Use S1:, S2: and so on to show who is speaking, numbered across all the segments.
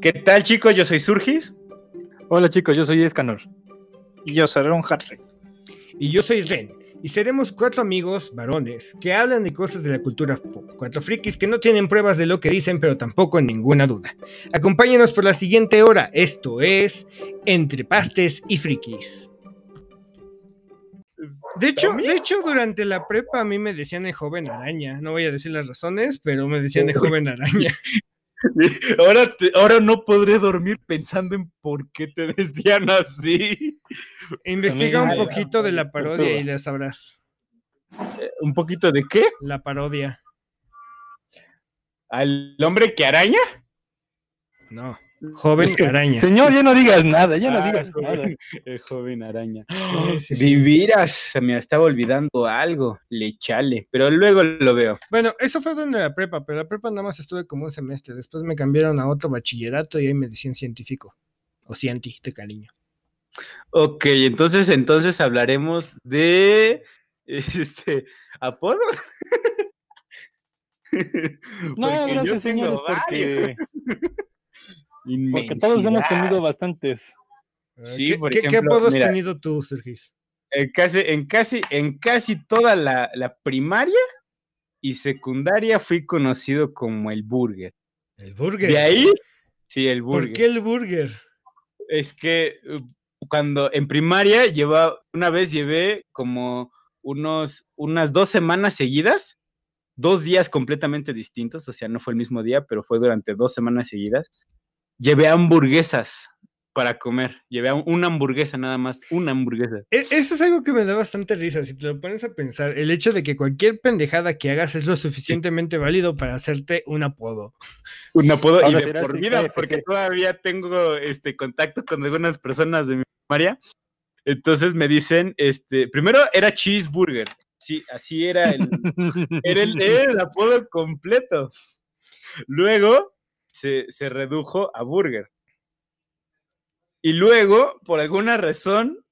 S1: ¿Qué tal, chicos? Yo soy Surgis.
S2: Hola chicos, yo soy Escanor.
S3: Y yo seré un Harry.
S4: Y yo soy Ren. Y seremos cuatro amigos varones que hablan de cosas de la cultura pop. Cuatro frikis que no tienen pruebas de lo que dicen, pero tampoco ninguna duda. Acompáñenos por la siguiente hora. Esto es Entre Pastes y Frikis. De hecho, de hecho, durante la prepa a mí me decían el joven araña. No voy a decir las razones, pero me decían el joven araña.
S1: Ahora, te- ahora no podré dormir pensando en por qué te decían así.
S4: E Investiga un
S1: Amiga,
S4: poquito de la parodia y la sabrás.
S1: ¿Un poquito de qué?
S4: La parodia.
S1: ¿Al hombre que araña?
S4: No. Joven araña.
S2: Señor, ya no digas nada, ya no
S1: Ah,
S2: digas
S1: joven-
S2: nada.
S1: El joven araña.
S4: Sí, sí, sí.
S1: Viviras, se me estaba olvidando algo. Le chale, pero luego lo veo.
S4: Bueno, eso fue donde la prepa, pero la prepa nada más estuve como un semestre. Después me cambiaron a otro bachillerato y ahí me decían científico. O cienti, de cariño.
S1: Ok, entonces, entonces hablaremos de este Apolo.
S2: No,
S1: Porque yo
S2: gracias
S1: tengo
S2: señores,
S1: varios.
S2: porque, porque todos hemos
S1: Inmensidad.
S2: tenido bastantes.
S4: Ah,
S1: Sí,
S4: ¿Qué,
S1: por
S4: qué- qué
S1: ejemplo,
S4: apodos
S1: mira.
S4: has tenido tú, Sergis?
S1: En casi, en casi, en casi toda la, la primaria y secundaria fui conocido como el burger.
S4: El burger.
S1: De ahí, sí, el
S4: ¿Por
S1: burger.
S4: qué el burger?
S1: Es que uh, cuando en primaria llevaba, una vez llevé como unos, unas dos semanas seguidas, dos días completamente distintos, o sea, no fue el mismo día, pero fue durante dos semanas seguidas, llevé hamburguesas para comer, llevé a- una hamburguesa nada más, una hamburguesa.
S4: E- Eso es algo que me da bastante risa, si te lo pones a pensar, el hecho de que cualquier pendejada que hagas es lo suficientemente válido para hacerte un apodo.
S1: Un apodo y
S2: Ahora
S1: de
S2: será
S1: por
S2: así,
S1: vida,
S2: KFC.
S1: porque todavía tengo este contacto con algunas personas de mi primaria. Entonces me dicen, este, primero era cheeseburger. Sí, así era el, era el, era el apodo completo. Luego se, se redujo a burger. Y luego, por alguna razón,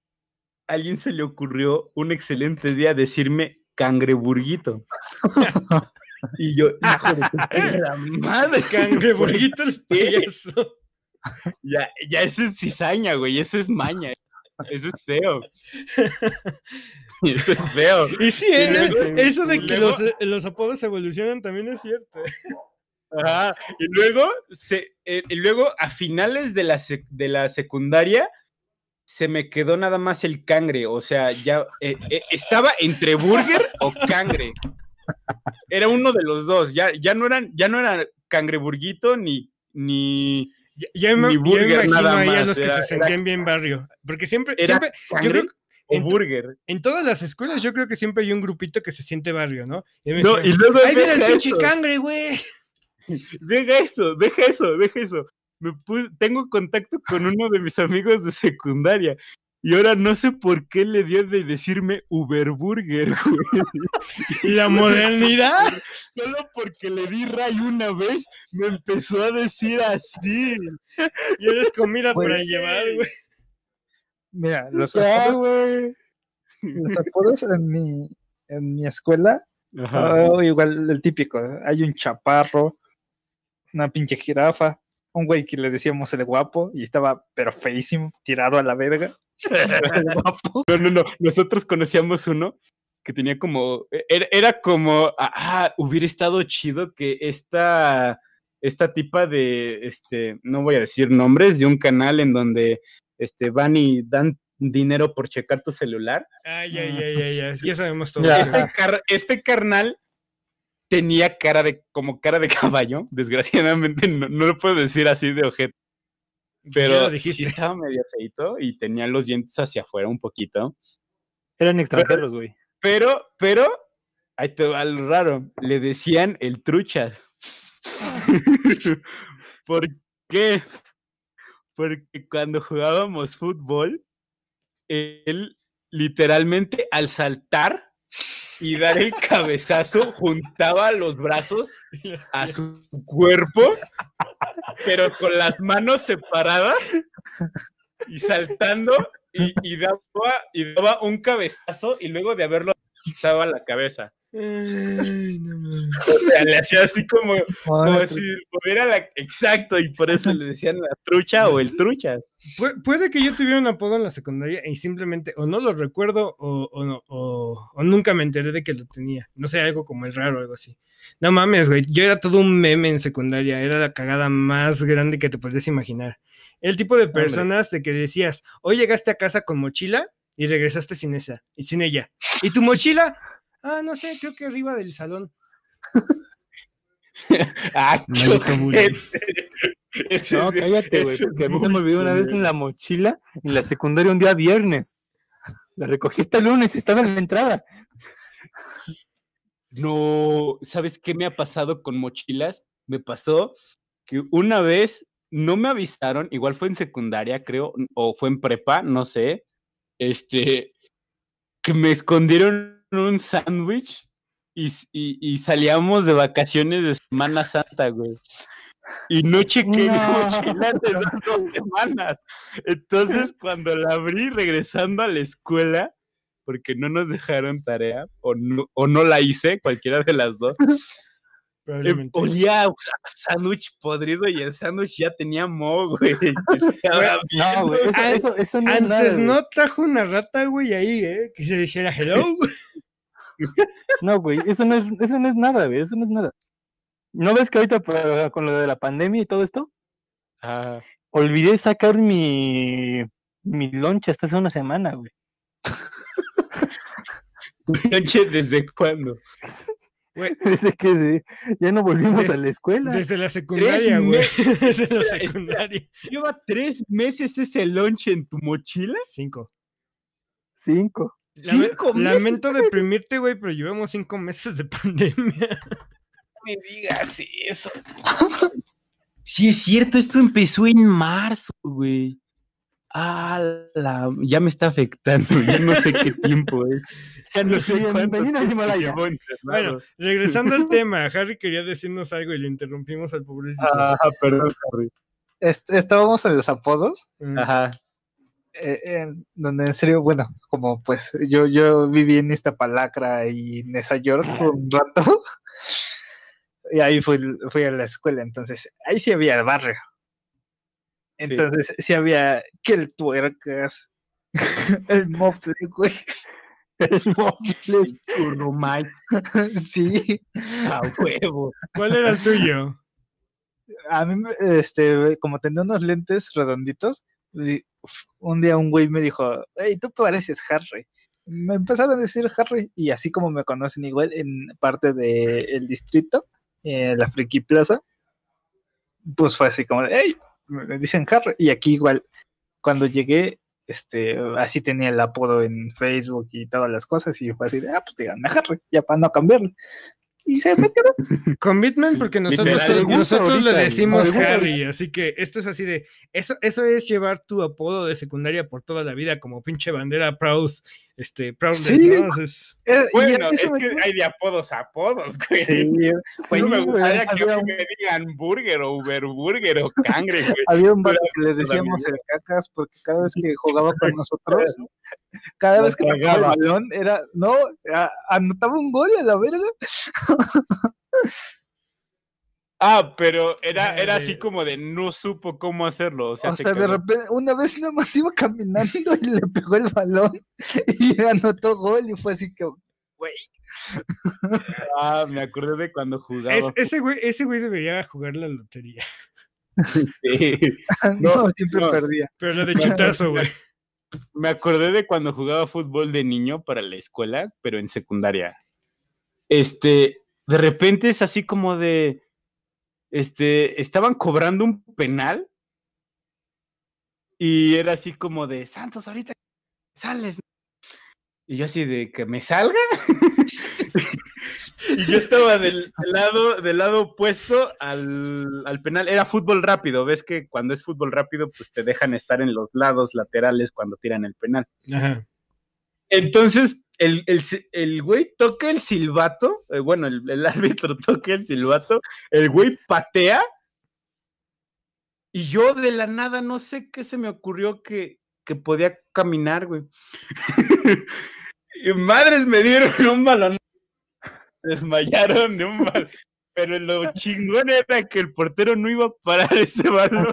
S1: a alguien se le ocurrió un excelente día decirme cangreburguito. y yo, hijo de tu perra madre.
S4: Cangreburguito el
S1: qué?
S4: payaso.
S1: Ya, ya eso es cizaña, güey. Eso es maña. Eso es feo. Eso es feo.
S4: Y sí, eh, eh,
S1: luego-
S4: eso de
S1: y
S4: que
S1: luego-
S4: los, eh, los apodos evolucionan también es cierto. ¿eh?
S1: Ajá, Y luego, se, eh, y luego a finales de la, sec- de la secundaria, se me quedó nada más el cangre. O sea, ya eh, eh, estaba entre burger o cangre. Era uno de los dos. Ya, ya no eran, ya no era cangreburguito ni, ni
S4: Ya, ya me,
S1: Ni
S4: ya me
S1: burger,
S4: imagino
S1: nada
S4: ahí a
S1: más,
S4: los que
S1: era-
S4: se
S1: era-
S4: sentían bien barrio. Porque siempre,
S1: Era-
S4: siempre,
S1: cangre
S4: creo
S1: o
S4: en tu-
S1: burger.
S4: en todas las escuelas, yo creo que siempre hay un grupito que se siente barrio, ¿no? Y me
S1: No,
S4: decían,
S1: y luego
S4: Ahí viene el
S1: deja
S4: pinche
S1: eso,
S4: cangre, güey.
S1: deja eso, deja eso, deja eso. Me puse- tengo contacto con uno de mis amigos de secundaria. Y ahora no sé por qué le dio de decirme Uberburger, güey.
S4: La modernidad.
S1: Solo porque le di ray una vez, me empezó a decir así.
S4: Y eres comida
S3: Güey.
S4: para llevar, güey.
S3: Mira, los
S2: Ya,
S3: apodos,
S2: güey.
S3: los apodos en mi, en mi escuela,
S2: Ah.
S3: oh, igual el típico. ¿eh? Hay un chaparro, una pinche jirafa, un güey que le decíamos el guapo y estaba pero feísimo, tirado a la verga. El guapo.
S1: No, no, no. Nosotros conocíamos uno que tenía como. e- Era, era como. ah, Ah, hubiera estado chido que esta. Esta tipa de. Este. No voy a decir nombres. De un canal en donde. Este. Van y dan dinero por checar tu celular.
S4: Ay, ay, ay, ay, ay. Ya sabemos todo.
S2: Ya.
S4: güey.
S1: Ah. Este, car- este carnal. Tenía cara de. Como cara de caballo. Desgraciadamente no, no lo puedo decir así de objeto.
S4: Ya lo
S1: Pero sí
S4: dijiste.
S1: estaba medio feito y tenía los dientes hacia afuera un poquito.
S2: Eran extranjeros, güey.
S1: Pero, pero, ahí te va lo raro. Le decían el truchas. ¿Por qué? Porque cuando jugábamos fútbol, él literalmente al saltar y dar el cabezazo juntaba los brazos
S4: Y los-
S1: a su cuerpo, pero con las manos separadas y saltando y, y daba, y daba un cabezazo y luego de haberlo pisaba la cabeza. Ay, no mames. O sea, le hacía así como, como
S3: Ahora
S1: si hubiera la. Exacto, y por eso le decían la trucha o el trucha.
S4: Pu- puede que yo tuviera un apodo en la secundaria y simplemente o no lo recuerdo o, o no- o- o nunca me enteré de que lo tenía. No sé, algo como el raro o algo así. No mames, güey. Yo era todo un meme en secundaria. Era la cagada más grande que te podías imaginar. El tipo de personas de que decías, hoy llegaste a casa con mochila y regresaste sin esa y sin ella. ¿Y tu mochila? Ah, no sé, creo que arriba del salón.
S1: Ah,
S4: Maldito bullying.
S1: Ese
S2: No,
S1: es de-
S2: cállate, güey.
S1: ese es
S2: Porque a mí se
S1: muy
S2: me olvidó una vez
S1: culero.
S2: en la mochila, en la secundaria, un día viernes. La recogí hasta el lunes y estaba en la entrada.
S1: No, ¿sabes qué me ha pasado con mochilas? Me pasó que una vez no me avisaron, igual fue en secundaria, creo, n- o fue en prepa, no sé, este, que me escondieron un sándwich y, s- y- y salíamos de vacaciones de Semana Santa, güey. Y no chequé mi mochila desde hace dos semanas. Entonces, cuando la abrí regresando a la escuela, porque no nos dejaron tarea o no, o no la hice, cualquiera de las dos. eh,
S4: Probablemente.
S1: olía a a sándwich podrido y el sándwich ya tenía moho, güey. Ahora,
S2: No, güey. Eso,
S4: Ah,
S2: eso, eso no es nada,
S4: Antes
S2: güey.
S4: no trajo una rata, güey, ahí, ¿eh? Que se dijera hello.
S2: No, güey, eso no es, eso no es nada, güey, eso no es nada. ¿No ves que ahorita pa- con lo de la pandemia y todo esto?
S1: ah,
S2: Olvidé sacar mi, mi loncha hasta hace una semana, güey.
S1: noche, ¿desde cuándo?
S2: Desde que de- ya no volvimos
S4: Des-
S2: a la escuela.
S4: Desde la secundaria, güey. Desde la
S1: Espera, espera.
S4: secundaria.
S1: Lleva tres meses ese lonche en tu mochila.
S4: Cinco.
S2: Cinco.
S4: Lame-
S1: Cinco meses.
S4: Lamento deprimirte, güey, pero llevamos cinco meses de pandemia.
S1: me digas eso. Sí, es cierto, esto empezó en marzo, güey. Ah, la- ya me está afectando, ya no sé qué tiempo es. Ya no sé
S2: Bienvenido
S1: cuánto
S2: al
S1: tiempo
S2: Himalaya.
S1: llevó internado.
S4: Bueno, regresando al tema, Harry quería decirnos algo y le interrumpimos al pobrecito.
S1: Ah, perdón, Harry.
S3: est- estábamos en los apodos,
S4: Mm.
S1: Ajá.
S3: eh, en- donde en serio, bueno, como pues yo, yo viví en Iztapalacra y en Nueva York por un rato. Y ahí fui, fui a la escuela, entonces ahí sí había el barrio. Entonces sí, había que el tuercas, el mofle, güey.
S1: El turno mal,
S3: Sí,
S1: a huevo.
S4: ¿Cuál era el tuyo?
S3: a mí, me- este, como tenía unos lentes redonditos, y, uf, un día un güey me dijo, hey, tú pareces Harry. Me empezaron a decir Harry, y así como me conocen igual en parte del distrito, eh, la Friki Plaza, pues fue así como, hey, me dicen Harry. Y aquí igual, cuando llegué, este, así tenía el apodo en Facebook y todas las cosas, y fue así, de, ah, pues díganme Harry, ya para no cambiarlo. Y se me quedó.
S4: Commitment, porque nosotros,
S1: Literal,
S4: todos-
S2: me gusta
S4: nosotros
S2: ahorita,
S4: le decimos
S2: me gusta
S4: Harry, así que esto es así de, eso, eso es llevar tu apodo de secundaria por toda la vida como pinche bandera Proud, este, Proud,
S3: Sí.
S4: ¿no? Entonces,
S3: Eh, y
S1: Bueno,
S3: así
S1: es
S3: se me
S1: que
S3: quedó.
S1: hay de apodos a apodos, güey.
S3: Sí,
S1: Güey,
S2: Sí,
S1: Pues me
S2: güey,
S1: gustaría que
S2: había un-
S1: me digan burger o uberburger o cangre, güey.
S3: Había un vato
S1: Pero
S3: que les
S1: eso también,
S3: decíamos el cacas porque cada vez que jugaba con nosotros, cada
S1: Lo
S3: vez que tocaba el
S1: cagaba.
S3: balón era, no, a- anotaba un gol a la verga.
S1: Ah, pero era, era así
S4: Madre.
S1: como de no supo cómo hacerlo. O sea,
S3: o
S1: se
S3: sea, de
S1: quedó.
S3: repente, una vez nada más iba caminando y le pegó el balón y anotó gol y fue así que,
S1: Ah, me acordé de cuando jugaba.
S4: es- ese güey ese güey debería jugar la lotería.
S1: Sí.
S3: no,
S1: No,
S3: siempre
S1: no.
S3: perdía.
S4: Pero lo de chutazo, güey.
S1: Me acordé de cuando jugaba fútbol de niño para la escuela, pero en secundaria. Este, de repente es así como de, este, estaban cobrando un penal y era así como de, Santos, ahorita sales. Y yo así de que me salga. y yo estaba del, del lado, del lado opuesto al, al penal. Era fútbol rápido. Ves que cuando es fútbol rápido, pues te dejan estar en los lados laterales cuando tiran el penal.
S4: Ajá.
S1: Entonces, el, el, si- el güey toca el silbato, eh, bueno, el, el árbitro toca el silbato, el güey patea, y yo de la nada no sé qué se me ocurrió que, que podía caminar, güey. y madres me dieron un balón desmayaron de un mal. Pero lo chingón era que el portero no iba a parar ese balón.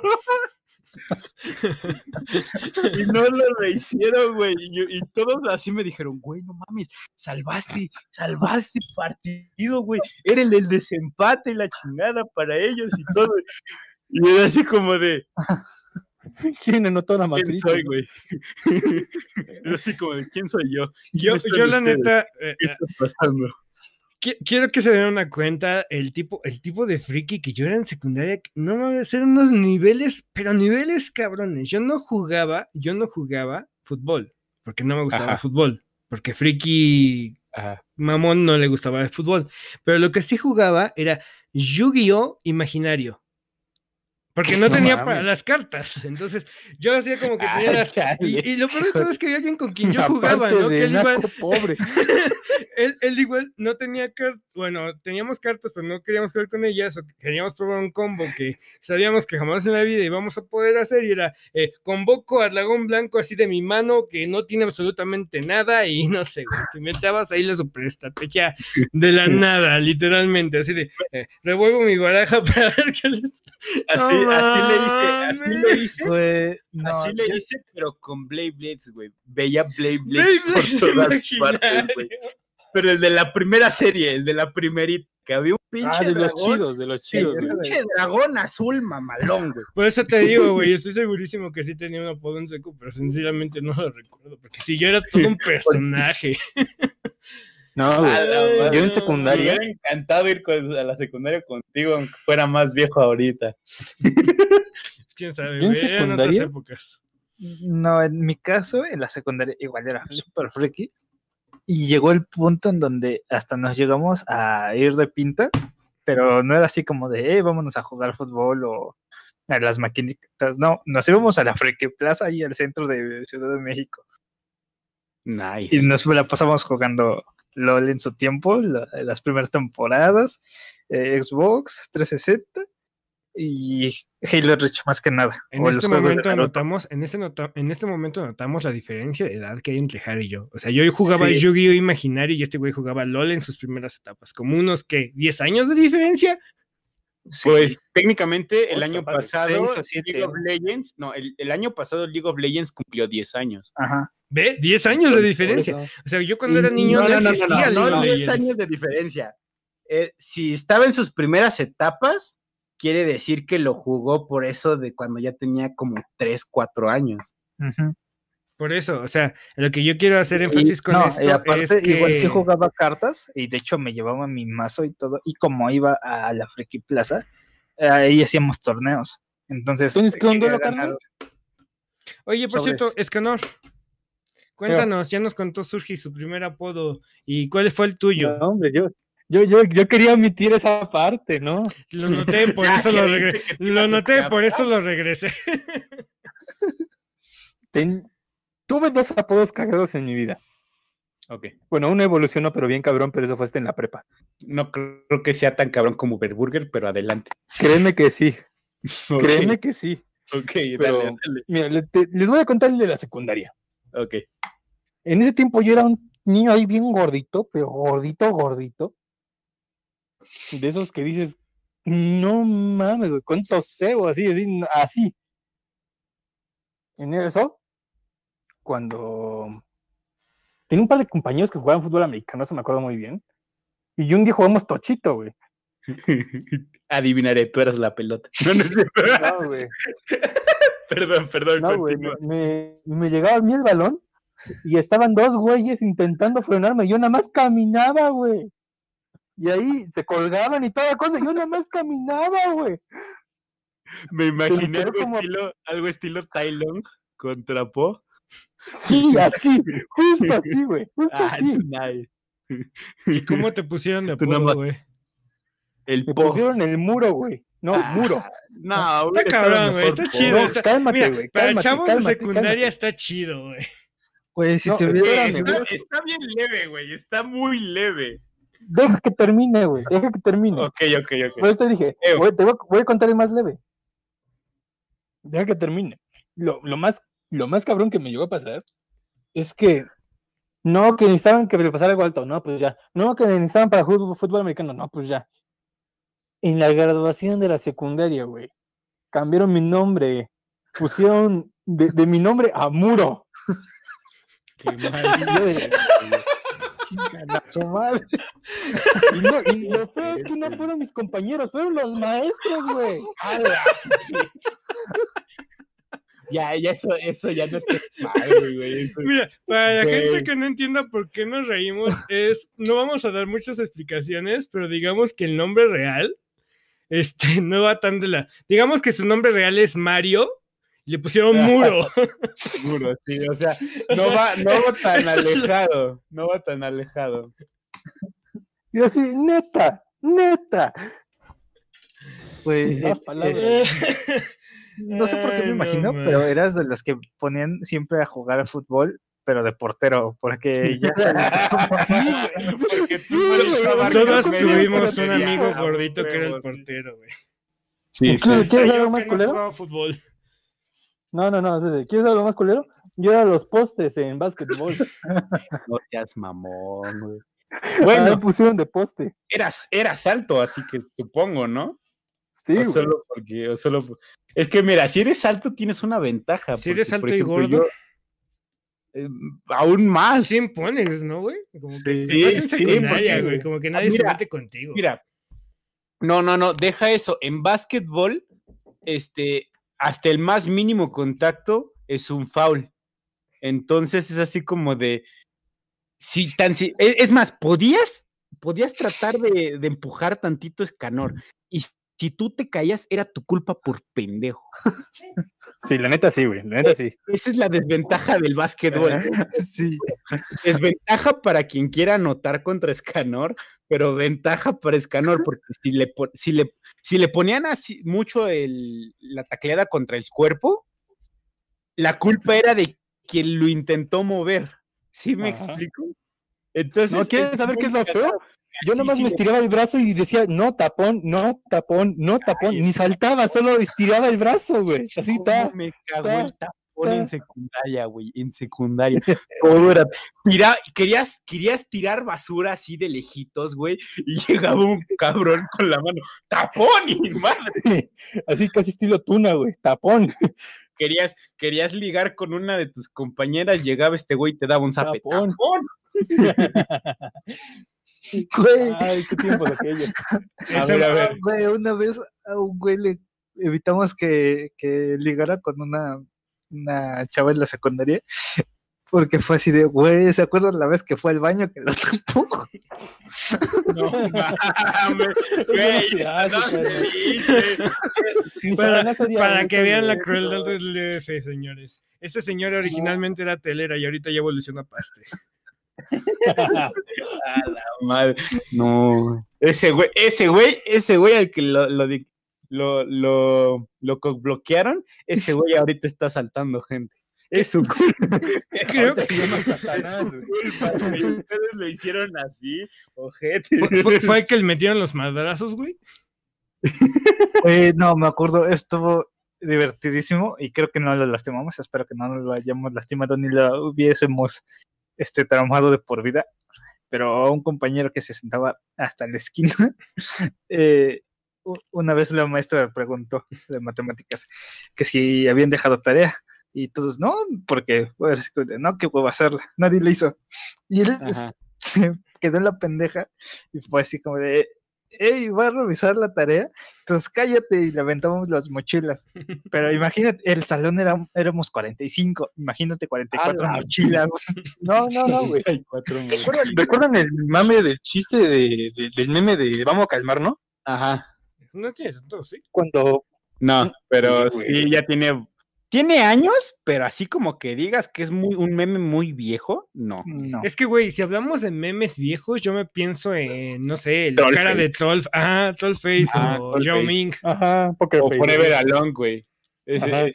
S1: y no lo rehicieron, güey. Y, y todos así me dijeron, güey, no mames, salvaste, salvaste el partido, güey. Era el, el desempate y la chingada para ellos y todo. Y era así como de,
S2: ¿Quién anotó la
S1: ¿quién
S2: matriz?
S1: soy, güey? Era así como de, ¿quién soy yo?
S4: Yo,
S1: ¿Quiénes son
S4: yo la
S1: ustedes?
S4: neta, eh,
S1: ¿Qué
S4: eh,
S1: está pasando?
S4: qui- quiero que se den una cuenta el tipo, el tipo de friki que yo era en secundaria. que- No mames, eran unos niveles, pero niveles cabrones. Yo no jugaba, yo no jugaba fútbol, porque no me gustaba
S1: Ajá.
S4: el fútbol, porque friki
S1: Ajá.
S4: mamón no le gustaba el fútbol. Pero lo que sí jugaba era Yu-Gi-Oh! Imaginario. Porque no
S2: No
S4: tenía
S2: mames.
S4: para las cartas. Entonces, yo hacía como que tenía
S2: Ay,
S4: las. Y,
S2: chale.
S4: y lo peor de todo es que había alguien con quien yo
S2: Aparte
S4: jugaba, ¿no?
S2: de
S4: Que él igual,
S2: naco pobre.
S4: él, él igual no tenía cartas. Bueno, teníamos cartas, pero no queríamos jugar con ellas. O queríamos probar un combo que sabíamos que jamás en la vida íbamos a poder hacer. Y era eh, convoco al dragón blanco así de mi mano que no tiene absolutamente nada. Y no sé, güey, te inventabas ahí la superestrategia de la nada, literalmente. Así de eh, revuelvo mi baraja para ver qué les.
S1: Así,
S4: No
S1: así le hice, así le hice.
S3: Güey, no,
S1: así le
S3: yo-
S1: hice, pero con Blade Blades, güey. Veía Blade Blades
S4: Beyblades
S1: por todas partes,
S4: imaginario.
S1: güey. Pero el de la primera serie, el de la primerita, que había un pinche
S2: Ah, de los
S1: dragón,
S2: chidos, de los
S1: el
S2: chidos.
S3: Sí,
S2: güey.
S1: pinche dragón azul mamalón, güey.
S4: Por eso te digo, güey, estoy segurísimo que sí tenía un apodo en seco, pero sencillamente no lo recuerdo, porque si yo era todo un personaje.
S2: No,
S1: A
S2: Ah, güey.
S1: la madre.
S2: Yo en
S1: Ah, Me
S2: secundaria,
S1: hubiera encantado ir con- a la secundaria contigo, aunque fuera más viejo ahorita.
S4: ¿Quién sabe,
S2: ¿En
S4: güey? Eran otras
S2: secundaria?
S4: épocas.
S3: no, en mi caso, en la secundaria igual era súper friki. Y llegó el punto en donde hasta nos llegamos a ir de pinta, pero no era así como de, eh, vámonos a jugar fútbol o a las maquinitas. No, nos íbamos a la friki plaza ahí al centro de Ciudad de México.
S1: Nice.
S3: y nos la pasamos jugando LOL en su tiempo, la- las primeras temporadas, eh, Xbox 360 y Halo Reach más que nada.
S4: En
S3: o
S4: este,
S3: juegos de
S4: momento
S3: Naruto.
S4: anotamos, en, este nota- en este momento notamos la diferencia de edad que hay entre Harry y yo. O sea, yo jugaba
S3: Sí.
S4: Yu-Gi-Oh! Imaginario y este güey jugaba LOL en sus primeras etapas. Como unos, ¿qué? ¿10 años de diferencia?
S3: Sí.
S1: Pues técnicamente el
S2: Ocho,
S1: año
S2: padre,
S1: pasado
S3: seis o siete.
S1: League of Legends, no, el, el año pasado League of Legends cumplió 10 años.
S3: Ajá.
S4: ¿Ve? 10 años de diferencia.
S2: por eso.
S4: O sea, yo cuando era
S3: Y-
S4: niño no,
S3: no, no, no, no,
S4: existía
S1: no,
S4: League of
S1: 10
S4: Legends.
S1: años de diferencia. Eh, si estaba en sus primeras etapas, quiere decir que lo jugó por eso de cuando ya tenía como 3, 4 años.
S3: ujú.
S4: Por eso, o sea, lo que yo quiero hacer énfasis con
S3: no,
S4: esto
S3: y aparte,
S4: es que...
S3: igual sí jugaba cartas y de hecho me llevaba mi mazo y todo. Y como iba a la Friki Plaza, ahí hacíamos torneos. Entonces,
S2: ¿Tienes
S3: eh,
S2: que hondearlo,
S3: ganar-
S2: carnal?
S4: Oye, por cierto,
S3: Sobres.
S4: Escanor, cuéntanos, ya nos contó Surgi su primer apodo y cuál fue el tuyo.
S2: No, hombre, yo, yo, yo, yo quería omitir esa parte, ¿no?
S4: Lo noté, por
S1: Ya
S4: eso
S1: que
S4: lo
S1: dijiste
S4: regresé.
S1: que te ibas
S4: Lo
S1: a
S4: noté,
S1: escapar.
S4: por eso lo regresé.
S2: Ten- Tuve dos apodos cagados en mi vida.
S1: Ok.
S2: Bueno, uno evolucionó, pero bien cabrón, pero eso fue hasta en la prepa.
S1: No creo que sea tan cabrón como Berburger, pero adelante.
S2: Créeme que sí, créeme que sí.
S1: Ok,
S2: pero-
S1: dale, dale.
S2: Mira, le- te- les voy a contar el de la secundaria.
S1: Ok.
S2: En ese tiempo yo era un niño ahí bien gordito, pero gordito, gordito. De esos que dices, no mames, güey, cuánto cebo, así, así, n- así. En eso, cuando tenía un par de compañeros que jugaban fútbol americano, eso me acuerdo muy bien. Y un día jugamos tochito, güey.
S1: Adivinaré, tú eras la pelota. No, no, no,
S2: No, güey.
S1: perdón, perdón.
S2: No, güey,
S1: continúa.
S2: me, me llegaba a mí el balón y estaban dos güeyes intentando frenarme. Yo nada más caminaba, güey. Y ahí se colgaban y toda cosa. Yo nada más caminaba, güey.
S1: Me imaginé
S2: quedó
S1: algo,
S2: como-
S1: estilo, algo estilo Tai Lung contra Po.
S2: Sí, así. Justo así, güey. Justo
S1: Ah,
S2: así.
S1: nice.
S4: ¿Y cómo te pusieron de
S1: Tú nada
S4: apodo,
S1: más-
S4: güey?
S1: El
S2: Me
S1: Po.
S2: pusieron el muro, güey. No,
S1: Ah,
S2: muro.
S1: No,
S4: Está
S1: hubiera estado
S4: cabrón, güey,
S1: mejor Po.
S4: está chido.
S2: No,
S4: está-
S2: cálmate,
S4: Mira,
S2: güey.
S4: para
S2: cálmate,
S4: chavos de
S2: cálmate,
S4: secundaria
S2: cálmate.
S4: está chido, güey.
S3: Güey, si
S2: No,
S3: te
S1: Güey,
S3: hubiera-
S2: espérame,
S1: está,
S2: güey.
S1: está bien leve, güey. Está muy leve.
S2: Deja que termine, güey. Deja que termine.
S1: Ok, ok,
S2: Por
S1: ok.
S2: eso te dije,
S1: Eh,
S2: voy, te voy, a- voy a contar el más leve. Deja que termine. Lo, lo más, lo más cabrón que me llegó a pasar es que No, que necesitaban que le pasara algo alto, no, pues ya. No, que necesitaban para fútbol, fútbol americano, no, pues ya. En la graduación de la secundaria, güey, cambiaron mi nombre. Pusieron de, de mi nombre a Muro.
S1: Qué mal.
S2: Y yo de-
S3: Chingan a su madre.
S2: Y, no- y lo feo es que no fueron mis compañeros, fueron los maestros, güey.
S1: Ya, ya eso, eso ya no está mal, güey. Eso-
S4: Mira, para la
S1: Güey.
S4: gente que no entienda por qué nos reímos, es, no vamos a dar muchas explicaciones, pero digamos que el nombre real, este, no va tan de la, digamos que su nombre real es Mario, y le pusieron muro.
S1: Seguro, sí, o sea, no va, no va tan alejado, no va tan alejado.
S2: Y yo así, neta, neta.
S3: Güey,
S2: Las
S3: eh,
S2: palabras.
S3: eh, no sé por qué
S4: Ay,
S3: me
S4: no
S3: imagino,
S4: mames.
S3: pero eras de los que ponían siempre a jugar al fútbol, pero de portero, porque ya
S2: Sí,
S1: Porque tú
S2: Sí,
S1: eres
S2: güey,
S1: una
S4: Todos
S1: barca media
S4: tuvimos un
S1: portería,
S4: amigo
S1: a
S4: gordito que era el
S1: huevos, sí.
S4: portero, güey.
S1: Sí, sí.
S2: Incluso- ¿Quieres
S4: Hasta
S2: algo
S4: yo
S2: más
S4: que no
S2: culero?
S4: jugaba fútbol.
S2: No, no, no, sí, sí. ¿quieres algo más culero? Yo era los postes en básquetbol.
S1: No seas mamón, güey.
S2: Bueno,
S1: Bueno,
S2: Ah, pusieron de poste.
S1: eras, eras alto, así que supongo, ¿no?
S2: Sí,
S1: O
S2: güey.
S1: solo porque, o solo por- Es que mira, si eres alto tienes una ventaja.
S4: Si eres
S1: porque, por
S4: alto y
S1: ejemplo,
S4: gordo.
S1: yo, eh, aún más.
S4: Así impones, ¿no, güey? Como que
S3: Sí.
S1: Sí,
S4: más en
S1: sí,
S4: secundaria,
S1: porque-
S4: güey, como que nadie se
S1: mira,
S4: mete contigo.
S1: Mira, no, no, no, deja eso. En básquetbol, este, hasta el más mínimo contacto es un foul. Entonces es así como de, si tan si, e- es más, podías, podías tratar de, de empujar tantito escanor y si tú te caías era tu culpa por pendejo.
S2: Sí, la neta sí, güey. La neta sí.
S1: Esa es la desventaja del básquetbol.
S3: sí.
S1: Desventaja para quien quiera anotar contra Escanor, pero ventaja para Escanor, porque si le, po- si le, si le ponían así mucho el, la tacleada contra el cuerpo, la culpa era de quien lo intentó mover. ¿Sí me
S2: Ajá.
S1: explico? Entonces,
S2: ¿No quieren
S1: Pues es
S2: saber qué es lo
S1: muy
S2: feo? Yo
S1: Sí,
S2: nomás
S1: sí,
S2: me
S1: lo-
S2: estiraba el brazo y decía, no tapón, no tapón, no tapón. Ni saltaba, solo estiraba el brazo, güey. Así
S1: ¿Cómo
S2: está.
S1: Me cagó
S2: ta,
S1: el tapón en
S2: ta.
S1: secundaria, güey. En secundaria. Todo era. Tira- querías, querías tirar basura así de lejitos, güey. Y llegaba un cabrón con la mano. ¡Tapón! Y madre.
S2: Así casi estilo tuna, güey. Tapón.
S1: Querías, querías ligar con una de tus compañeras. Llegaba este güey y te daba un zape.
S2: Tapón.
S1: ¡Tapón!
S3: Güey,
S2: Ay, qué tiempos aquellos.
S1: A
S4: Esa
S1: ver, a
S4: madre-
S1: ver.
S3: Güey, una vez a un güey le evitamos que, que ligara con una, una chava en la secundaria. Porque fue así de, güey, ¿se acuerdan la vez que fue al baño que lo tapó?
S1: No mames. Güey,
S2: se
S1: esta
S2: hace,
S1: no se
S2: carnal.
S1: dice.
S2: ah, Ni
S4: Para,
S2: sabanazo de
S4: para
S2: abuso,
S4: que vean la
S2: güey.
S4: crueldad del DF, señores. Este señor originalmente era telera y ahorita ya evolucionó a pastel.
S1: A la madre. No. Ese güey, ese güey, ese güey al que lo, lo, di- lo, lo, lo co- bloquearon, ese güey ahorita está asaltando gente. Es su culpa.
S4: Creo
S2: Ahorita se llama Satanás, güey.
S1: güey. Ustedes lo hicieron así, ojete.
S4: Fue, fue- fue el que le metieron los madrazos, güey.
S3: Güey, no, me acuerdo, estuvo divertidísimo y creo que no lo lastimamos. Espero que no lo hayamos lastimado ni lo hubiésemos este, traumado de por vida. Pero a un compañero que se sentaba hasta la esquina, eh, u- una vez la maestra preguntó de matemáticas que si habían dejado tarea. Y todos, no, porque, pues, así como de, no, qué hueva hacerla, nadie la hizo. Y él s-
S1: Ajá.
S3: se quedó en la pendeja y fue así como de, hey, va a revisar la tarea. Entonces cállate y le aventamos las mochilas. Pero imagínate, el salón era, éramos 45, imagínate 44
S2: ¡Hala!
S3: mochilas.
S2: No, no, no, güey.
S1: Hay cuatro güey.
S2: ¿Recuerdan, recuerdan el mame del chiste de, de- del meme de vamos a calmar, no?
S1: Ajá.
S4: No tiene tanto, sí.
S2: Cuando
S1: No, pero sí,
S2: güey.
S1: ya tiene. Tiene años, pero así como que digas que es muy, un meme muy viejo, no.
S3: No.
S4: Es que, güey, si hablamos de memes viejos, yo me pienso en, no sé, la
S1: Trollface.
S4: cara de Troll, ah, Trollface
S1: Ah,
S4: o
S1: Trollface.
S4: Yao Ming.
S2: Ajá, Poker
S1: O
S2: Face.
S1: Forever Alone, güey. Ese-
S2: Ajá.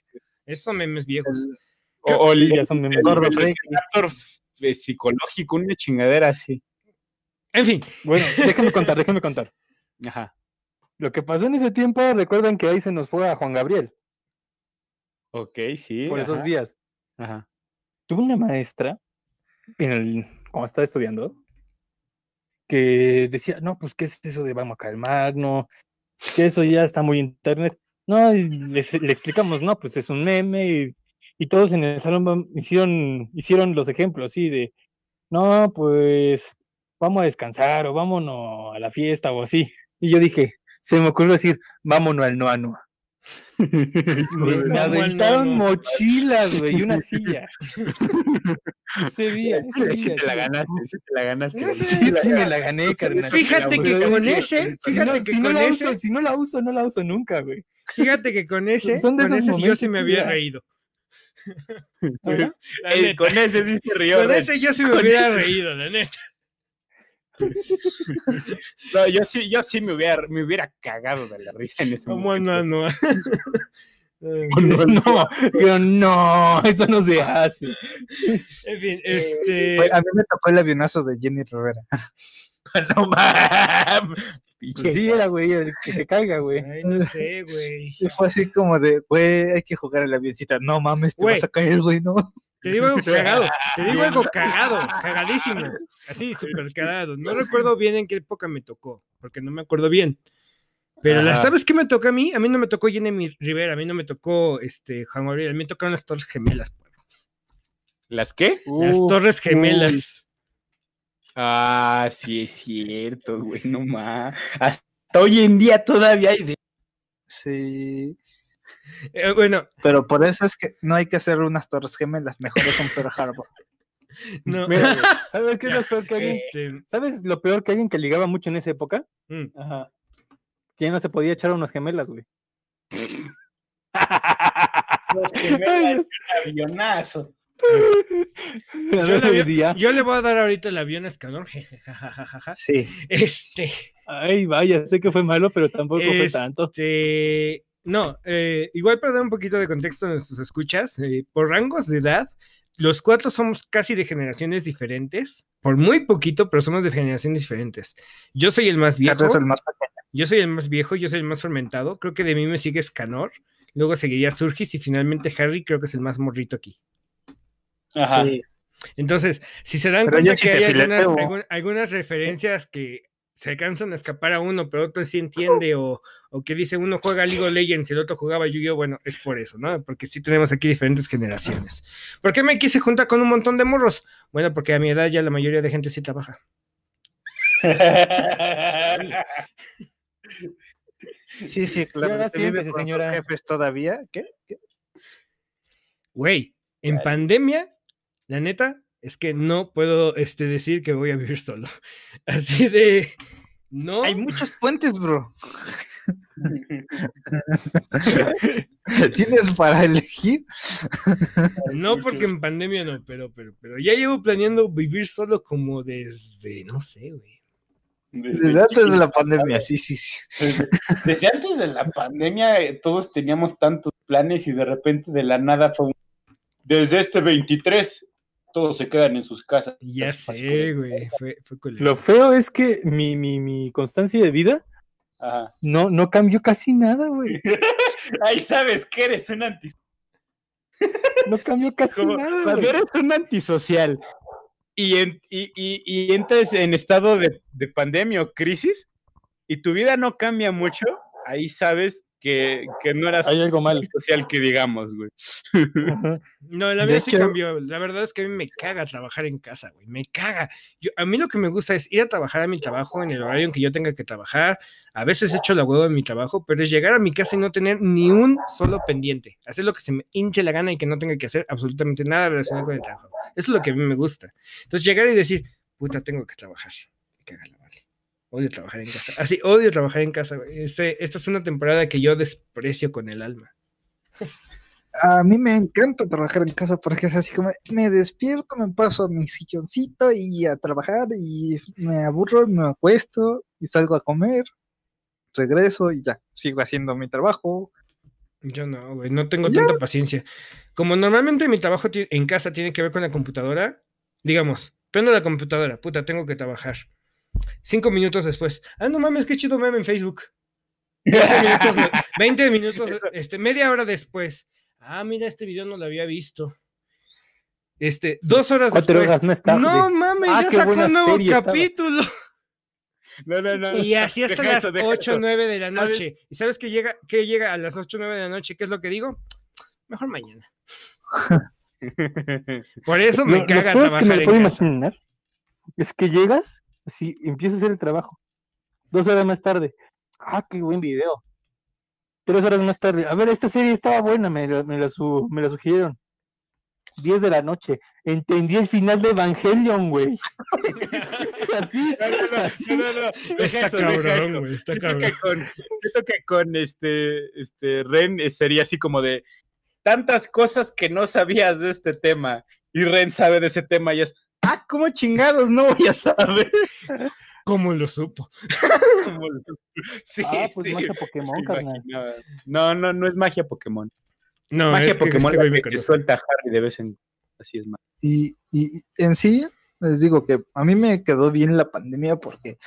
S4: Esos son memes viejos.
S1: o, o
S2: Sí,
S1: el-
S2: ya son memes.
S1: el-
S3: Gordo
S1: el-
S3: Freddy.
S1: factor eh, psicológico, una chingadera así.
S4: En fin,
S2: Bueno, déjenme contar, déjenme contar.
S1: Ajá.
S2: Lo que pasó en ese tiempo, recuerdan que ahí se nos fue a Juan Gabriel
S1: Ok, sí.
S2: por esos
S1: ajá,
S2: días.
S1: Ajá.
S2: Tuve una maestra en el, cuando estaba estudiando, que decía, no, pues, ¿qué es eso de vamos a calmar? No, que eso ya está muy internet. No, y les- le explicamos, no, pues es un meme y, y todos en el salón vam- hicieron, hicieron los ejemplos, sí, de, no, pues vamos a descansar o vámonos a la fiesta o así. Y yo dije, se me ocurrió decir, vámonos al noano. Me, me
S4: Vamos al
S2: aventaron
S4: noano.
S2: mochilas, güey, y una silla. Ese día, ese
S1: Sí
S2: día,
S1: te la
S2: sí.
S1: ganaste, sí te la ganaste.
S4: No
S1: güey.
S4: sé.
S2: Sí, sí, me la gané, carnal.
S4: Fíjate que
S2: Pero
S4: con
S2: es
S4: ese,
S2: Si no,
S4: fíjate que
S2: si no
S4: con
S2: la
S4: ese,
S2: uso, si no la uso, no la uso nunca, güey.
S4: fíjate que con ese,
S2: son de
S4: con
S2: esos
S4: ese sí yo sí
S2: momentos
S4: me
S2: que
S4: había
S2: ya-
S4: reído.
S2: Ajá.
S4: La
S1: Ey,
S4: neta.
S1: con ese sí se rió.
S4: Con
S1: Ren.
S4: ese yo sí me
S1: con
S4: hubiera
S1: ese.
S4: reído, la neta.
S1: No, yo sí, yo sí me hubiera, me hubiera cagado de la risa en ese
S4: Como no,
S1: momento.
S4: no. Eh,
S2: No, pero no, eso no se hace.
S4: En fin, este.
S3: Güey, A mí me tocó el avionazo de Jenny Rivera.
S1: No mames.
S2: Pues sí, era, güey, el que te caiga, güey.
S4: Ay, no sé, güey.
S3: Y fue así como de, güey, hay que jugar a la avioncita. No mames, te
S4: Güey.
S3: vas a caer, güey, no.
S4: Te digo algo cagado, te digo algo cagado, cagadísimo. Así, súper cagado. No recuerdo bien en qué época me tocó, porque no me acuerdo bien. Pero la-
S1: Ajá.
S4: ¿sabes qué me tocó a mí? A mí no me tocó Jenny Rivera, a mí no me tocó este, Juan Gabriel, a mí me tocaron las Torres Gemelas. pueblo.
S1: ¿Las qué?
S4: Las
S2: Uh,
S4: Torres Gemelas.
S1: Ah, sí es cierto, güey, no mames. Hasta hoy en día todavía hay de...
S3: Sí.
S4: Eh, bueno,
S3: Pero por eso es que no hay que hacer unas torres gemelas, mejor es un Pearl Harbor.
S4: no.
S2: mira, eh, güey, ¿Sabes qué es lo peor que alguien?
S4: Este,
S2: ¿Sabes lo peor que alguien que ligaba mucho en esa época?
S4: mm.
S2: Ajá. Que ya no se podía echar unas gemelas, güey. Ay, Dios.
S1: avionazo.
S2: A
S4: Yo
S2: ver,
S4: la
S2: hoy
S4: vi-
S2: día.
S4: Yo le voy a dar ahorita el avión a Escalón. jajajaja.
S3: Sí.
S4: Este,
S2: Ay, vaya, sé que fue malo, pero tampoco fue
S4: Es-
S2: tanto.
S4: este, no, eh, igual para dar un poquito de contexto a nuestros escuchas, eh, por rangos de edad, los cuatro somos casi de generaciones diferentes, por muy poquito, pero somos de generaciones diferentes. Yo soy el más viejo,
S3: Carlos el más pequeño.
S4: yo soy el más viejo, yo soy el más fermentado, creo que de mí me sigue Escanor, luego seguiría Surgis y finalmente Harry creo que es el más morrito aquí.
S1: Ajá.
S3: Sí.
S4: Entonces, si se dan
S3: Pero yo
S4: cuenta
S3: sí
S4: que hay
S3: te
S4: algunas,
S3: fileteo.
S4: algún- algunas referencias que se alcanzan a escapar a uno, pero otro sí entiende, o, o que dice uno juega League of Legends, el otro jugaba Yu-Gi-Oh! Bueno, es por eso, ¿no? Porque sí tenemos aquí diferentes generaciones. ¿Por qué me quise juntar con un montón de morros? Bueno, porque a mi edad ya la mayoría de gente sí trabaja.
S3: Sí, sí, claro.
S2: Ya
S3: que vive
S2: siéntese,
S3: con sus
S2: señora.
S3: jefes todavía? ¿Qué? ¿Qué?
S4: Güey, en
S1: Claro.
S4: pandemia, la neta, es que no puedo este, decir que voy a vivir solo. Así de. No.
S3: Hay muchos puentes, bro. Tienes para elegir.
S4: No, porque en pandemia no, pero, pero, pero ya llevo planeando vivir solo como desde, no sé, güey.
S3: Desde antes de la pandemia, sí, sí, sí.
S1: Desde, desde antes de la pandemia eh, todos teníamos tantos planes y de repente de la nada fue un... Desde este 23 todos se quedan en sus casas.
S4: Ya
S1: Así pasó.
S4: sé, güey. Fue, fue culero.
S2: Lo feo es que mi, mi, mi constancia de vida
S1: Ajá.
S2: no, no cambió casi nada, güey.
S1: Ahí sabes que eres un anti...
S2: No cambió casi
S1: Como
S2: nada,
S1: Cuando
S2: güey.
S1: eres un antisocial y, en- y, y- y entras en estado de, de pandemia o crisis y tu vida no cambia mucho, ahí sabes que, que no eras
S2: Hay algo mal.
S1: antisocial que digamos, güey.
S2: Ajá.
S4: No, la
S3: De
S4: vida sí
S3: hecho-
S4: cambió. La verdad es que a mí me caga trabajar en casa, güey. Me caga. Yo, a mí lo que me gusta es ir a trabajar a mi trabajo en el horario en que yo tenga que trabajar. A veces echo la hueva en mi trabajo, pero es llegar a mi casa y no tener ni un solo pendiente. Hacer lo que se me hinche la gana y que no tenga que hacer absolutamente nada relacionado con el trabajo. Eso es lo que a mí me gusta. Entonces llegar y decir, puta, tengo que trabajar. Me caga la madre. Odio trabajar en casa. Así, odio trabajar en casa. güey. Este, esta es una temporada que yo desprecio con el alma.
S3: A mí me encanta trabajar en casa porque es así como me despierto, me paso a mi silloncito y a trabajar y me aburro, me acuesto y salgo a comer, regreso y ya, sigo haciendo mi trabajo.
S4: Yo no, güey, no tengo tanta paciencia. Como normalmente mi trabajo ti- en casa tiene que ver con la computadora, digamos, prendo la computadora, puta, tengo que trabajar. Cinco minutos después, ah, no mames, qué chido meme en Facebook. 20 minutos, me- 20 minutos, este, media hora después, ah, mira, este video no lo había visto. Este, dos horas
S2: Cuatro
S4: después.
S2: horas más tarde.
S4: No mames,
S2: Ah,
S4: ya
S2: qué
S4: sacó
S2: buena
S4: un nuevo
S2: serie estaba.
S4: capítulo.
S1: No, no, no.
S4: Y así hasta
S1: Deja
S4: las
S1: eso, deja
S4: 8 o
S1: eso.
S4: 9 de la
S1: ¿Sabes?
S4: noche. ¿Y sabes qué llega, qué llega a las 8 o 9 de la noche? ¿Qué es lo que digo? Mejor mañana. Por eso me
S2: Lo-
S4: caga
S2: lo peor es que
S4: trabajar
S2: me lo
S4: en
S2: puedo
S4: casa.
S2: imaginar es que llegas, así empiezas a hacer el trabajo. Dos horas más tarde. Ah, qué buen video. Tres horas más tarde. A ver, esta serie estaba buena, me la, me la su- me la sugirieron. Diez de la noche. Entendí el final de Evangelion, güey. así.
S1: No, no,
S2: así.
S1: no, no, no, no. Deja
S4: Está
S1: eso, deja eso.
S4: cabrón, güey, está
S1: Siento
S4: cabrón.
S1: que con, siento que con este, este Ren eh, sería así como de tantas cosas que no sabías de este tema y Ren sabe de ese tema y es, ah, ¿cómo chingados no voy a saber?
S4: ¿Cómo lo supo?
S1: Como- sí,
S2: Ah, pues
S1: sí,
S2: magia
S1: me
S2: Pokémon, carnal.
S1: imaginaba. No, no, no es magia Pokémon.
S4: No,
S1: magia
S4: es que
S1: Pokémon
S4: este
S1: la
S4: güey me
S1: que, que
S4: conoce.
S1: suelta Harry de vez en cuando. Así es magia.
S3: Y, y en sí, les digo que a mí me quedó bien la pandemia porque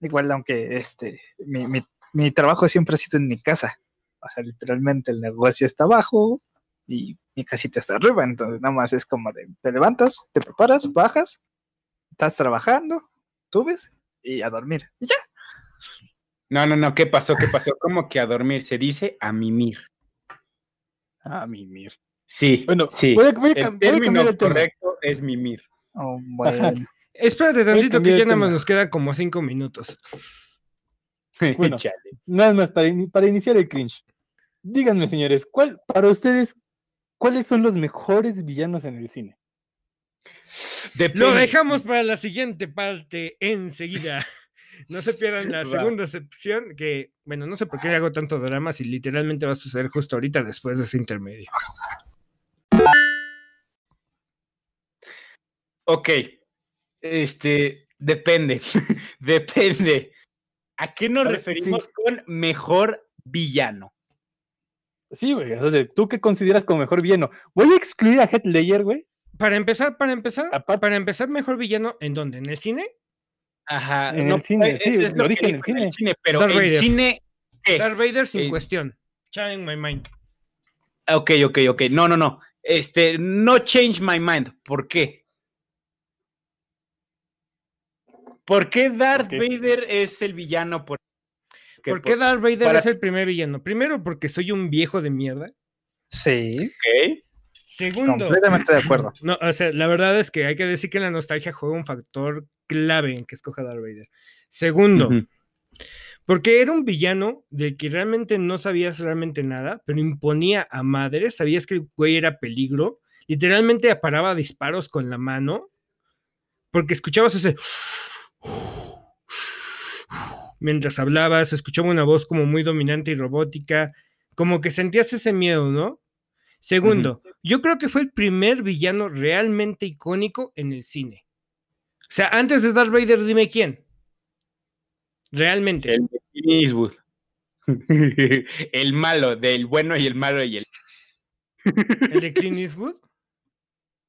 S3: igual aunque este mi, mi- mi trabajo siempre ha sido en mi casa. O sea, literalmente el negocio está abajo y mi casita está arriba. Entonces nada más es como de te levantas, te preparas, bajas, estás trabajando, subes y a dormir. Y ya.
S1: No, no, no, ¿qué pasó? ¿Qué pasó? ¿Cómo que a dormir? Se dice a mimir.
S2: Ah, mi mierda.
S1: Sí,
S2: Bueno,
S1: sí.
S2: voy a, voy a cam-
S1: El
S2: voy a cambiar
S1: término
S2: el tema.
S1: correcto es mimir.
S3: Oh, bueno.
S4: Espérate
S2: Voy a
S4: tantito que
S2: cambiar
S4: ya
S2: de
S4: nada más
S2: tema.
S4: nos quedan como 5 minutos.
S2: Bueno.
S1: Chale.
S2: Nada más, para, ini- para iniciar el cringe. Díganme, señores, ¿cuál, para ustedes, ¿cuáles son los mejores villanos en el cine?
S4: Lo
S1: Depende.
S4: dejamos para la siguiente parte enseguida. No se pierdan la
S1: Va.
S4: segunda sección, que, bueno, no sé por qué hago tanto drama si literalmente va a suceder justo ahorita después de ese intermedio.
S1: Ok. Este, depende. depende. ¿A qué nos
S2: A ver,
S1: referimos con mejor villano?
S2: Sí, güey. O sea, ¿tú qué consideras como mejor villano? Voy a excluir a Heath Ledger, güey.
S4: Para empezar, para empezar,
S2: Aparte-
S4: para empezar, mejor villano, ¿en dónde? ¿En el cine?
S1: Ajá. eh,
S2: En el cine, sí,
S1: eso
S2: lo
S1: que
S2: dije en
S1: digo,
S2: el cine.
S1: Pero
S4: Darth
S1: en
S4: Vader.
S1: cine. ¿qué?
S4: Darth Vader sin
S1: eh,
S4: cuestión. Chat in my mind.
S1: ah, Ok, ok, ok. No, no, no. Este, no change my mind. ¿Por qué? ¿Por qué Darth
S2: qué?
S1: Vader es el villano? Por, que
S4: ¿Por qué Darth Vader
S1: para-
S4: es el primer villano? Primero, porque soy un viejo de mierda.
S3: Sí,
S1: ok.
S4: Segundo,
S3: completamente de acuerdo.
S4: no, o sea, la verdad es que hay que decir que la nostalgia juega un factor clave en que escoja Darth Vader. Segundo,
S1: Ujú.
S4: Porque era un villano del que realmente no sabías realmente nada, pero imponía a madres, sabías que el güey era peligro, literalmente aparaba disparos con la mano, porque escuchabas ese... Mientras hablabas, escuchaba una voz como muy dominante y robótica, como que sentías ese miedo, ¿no? Segundo, yo creo que fue el primer villano realmente icónico en el cine. O sea, antes de Darth Vader, dime quién. Realmente.
S1: El de Clint Eastwood. el malo, del bueno y el malo y el.
S4: ¿El de Clint Eastwood?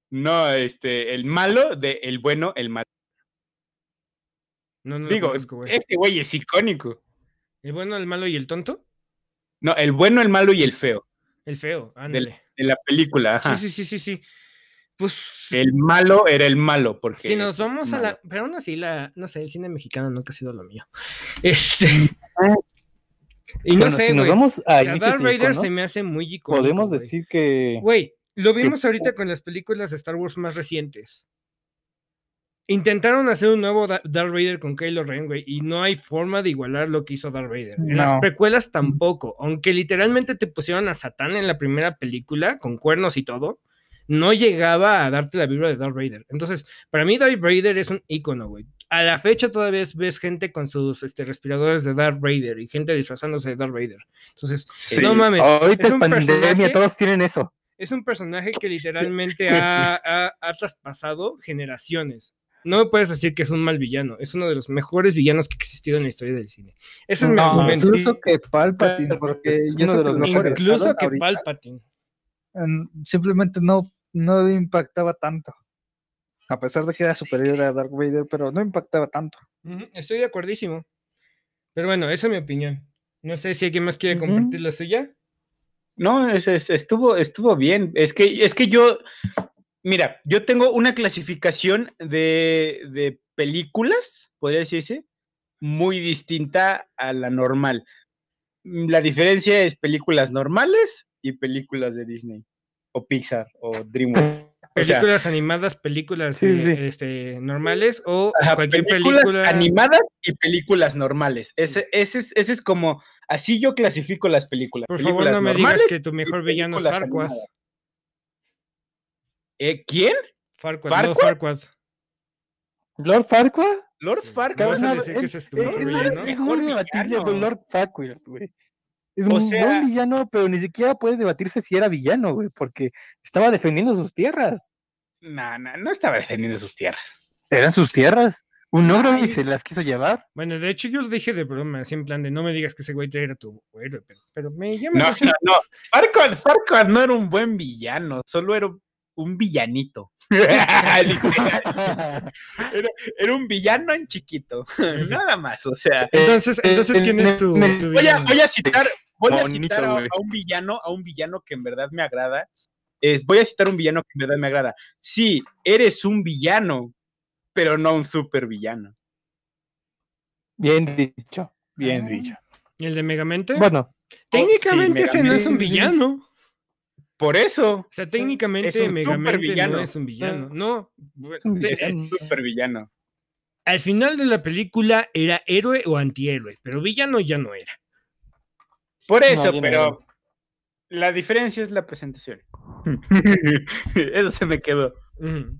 S1: No, este, el malo de el bueno, el malo.
S4: No, no lo
S1: Digo,
S4: conozco,
S2: Pues
S4: güey.
S1: este güey es icónico.
S4: ¿El bueno, el malo y el tonto?
S1: No, el bueno, el malo y el feo
S4: El feo, ándale.
S1: de la película. ajá.
S4: Sí, sí, sí, sí, sí. Pues,
S1: El malo era el malo, porque.
S4: si nos vamos a la... Pero aún así, la... no sé, el cine mexicano nunca ha sido lo mío. Este... y no
S2: Bueno,
S4: sé,
S2: si nos
S4: güey.
S2: vamos
S4: O
S2: a
S4: sea,
S2: inicios
S4: Darth Vader se
S2: iconos,
S4: me hace muy icónico,
S2: podemos
S4: güey.
S2: decir que...
S4: Güey, lo vimos ahorita con las películas de Star Wars más recientes. Intentaron hacer un nuevo Da- Darth Vader con Kylo Ren, güey, y no hay forma de igualar lo que hizo Darth Vader. En las
S3: No.
S4: precuelas tampoco, aunque literalmente te pusieron a Satán en la primera película, con cuernos y todo, no llegaba a darte la vibra de Darth Vader. Entonces, para mí Darth Vader es un ícono, güey. A la fecha todavía ves gente con sus este, respiradores de Darth Vader y gente disfrazándose de Darth Vader. Entonces,
S3: Sí.
S4: no mames.
S2: Ahorita
S4: es
S2: es,
S4: un
S2: pandemia,
S4: personaje-
S2: todos tienen eso.
S4: es un personaje que literalmente ha, ha- ha traspasado generaciones. No me puedes decir que es un mal villano. Es uno de los mejores villanos que ha existido en la historia del cine. Ese es mi
S2: No,
S4: argumento.
S3: incluso que Palpatine, porque
S2: Es uno de
S3: yo sé que
S2: los
S3: lo
S2: mejores.
S4: Incluso
S3: regresaron
S4: que
S3: ahorita,
S4: Palpatine.
S3: en- simplemente no, no le impactaba tanto. A pesar de que era superior a Dark Vader, pero no impactaba tanto.
S4: Ujú, Estoy de acuerdísimo. Pero bueno, esa es mi opinión. No sé si alguien más quiere
S2: Ujú.
S4: compartir la suya.
S1: No, es- es- estuvo, estuvo bien. Es que, es que yo, Mira, yo tengo una clasificación de, de películas, podría decirse, muy distinta a la normal. La diferencia es películas normales y películas de Disney, o Pixar, o DreamWorks. O sea,
S4: Películas animadas, películas
S2: Sí,
S4: eh,
S2: sí.
S4: este, normales o
S1: Ajá,
S4: cualquier
S1: películas
S4: película.
S1: animadas y películas normales. Ese, ese, es, ese es como, así yo clasifico las películas.
S4: Por favor,
S1: películas
S4: no me digas
S1: normales
S4: que tu mejor
S1: y
S4: villano es
S1: películas
S4: Farquaad.
S1: animadas. Eh, ¿Quién?
S4: Farquaad, no
S1: ¿Farquaad?
S4: Farquaad.
S2: ¿Lord Farquaad?
S1: ¿Lord
S4: Sí,
S1: Farquaad?
S4: vas a
S2: Cabrón,
S4: decir
S2: él-
S4: que ese es tu
S2: eh,
S4: mejor
S2: es-
S4: villano.
S2: es
S1: Mejor
S2: muy debatible
S1: villano.
S2: con Lord Farquaad, güey. Es
S1: O
S2: un
S1: sea-
S2: buen villano, pero ni siquiera puede debatirse si era villano, güey, porque estaba defendiendo sus tierras.
S1: No, no, no estaba defendiendo sus tierras.
S2: Eran sus tierras. Un ogro
S1: Ay.
S2: y se las quiso llevar.
S4: Bueno, de hecho yo lo dije de broma, así en plan de no me digas que ese güey era tu héroe, pero, pero me llama
S1: No,
S4: la atención.
S1: no, no. Farquaad, Farquaad no era un buen villano, solo era un villanito. Literal, era un villano en chiquito, nada más, o sea.
S4: Entonces, entonces
S2: eh,
S4: ¿quién
S2: me-
S4: es tu,
S2: me-
S4: tu
S1: voy a,
S4: villano?
S1: voy a citar, voy a,
S2: Bonito,
S1: citar a,
S2: güey.
S1: a un villano, a un villano que en verdad me agrada. Es, voy a citar un villano que en verdad me agrada. Sí, eres un villano, pero no un supervillano.
S2: Bien dicho, bien dicho.
S4: ¿Y ¿El de Megamente?
S2: Bueno,
S4: técnicamente
S1: sí,
S4: ese no es un
S2: Megamente, sí.
S4: villano.
S1: Por eso
S4: O sea, técnicamente
S1: Es un
S4: Megamente no
S1: supervillano.
S4: es un villano. No.
S2: es un
S4: te-
S1: es
S2: villano.
S1: un supervillano.
S4: Al final de la película era héroe o antihéroe, pero villano ya no era.
S1: Por eso,
S2: yo no
S1: pero
S2: veo.
S1: la diferencia es la presentación. eso se me quedó.
S4: Ujú.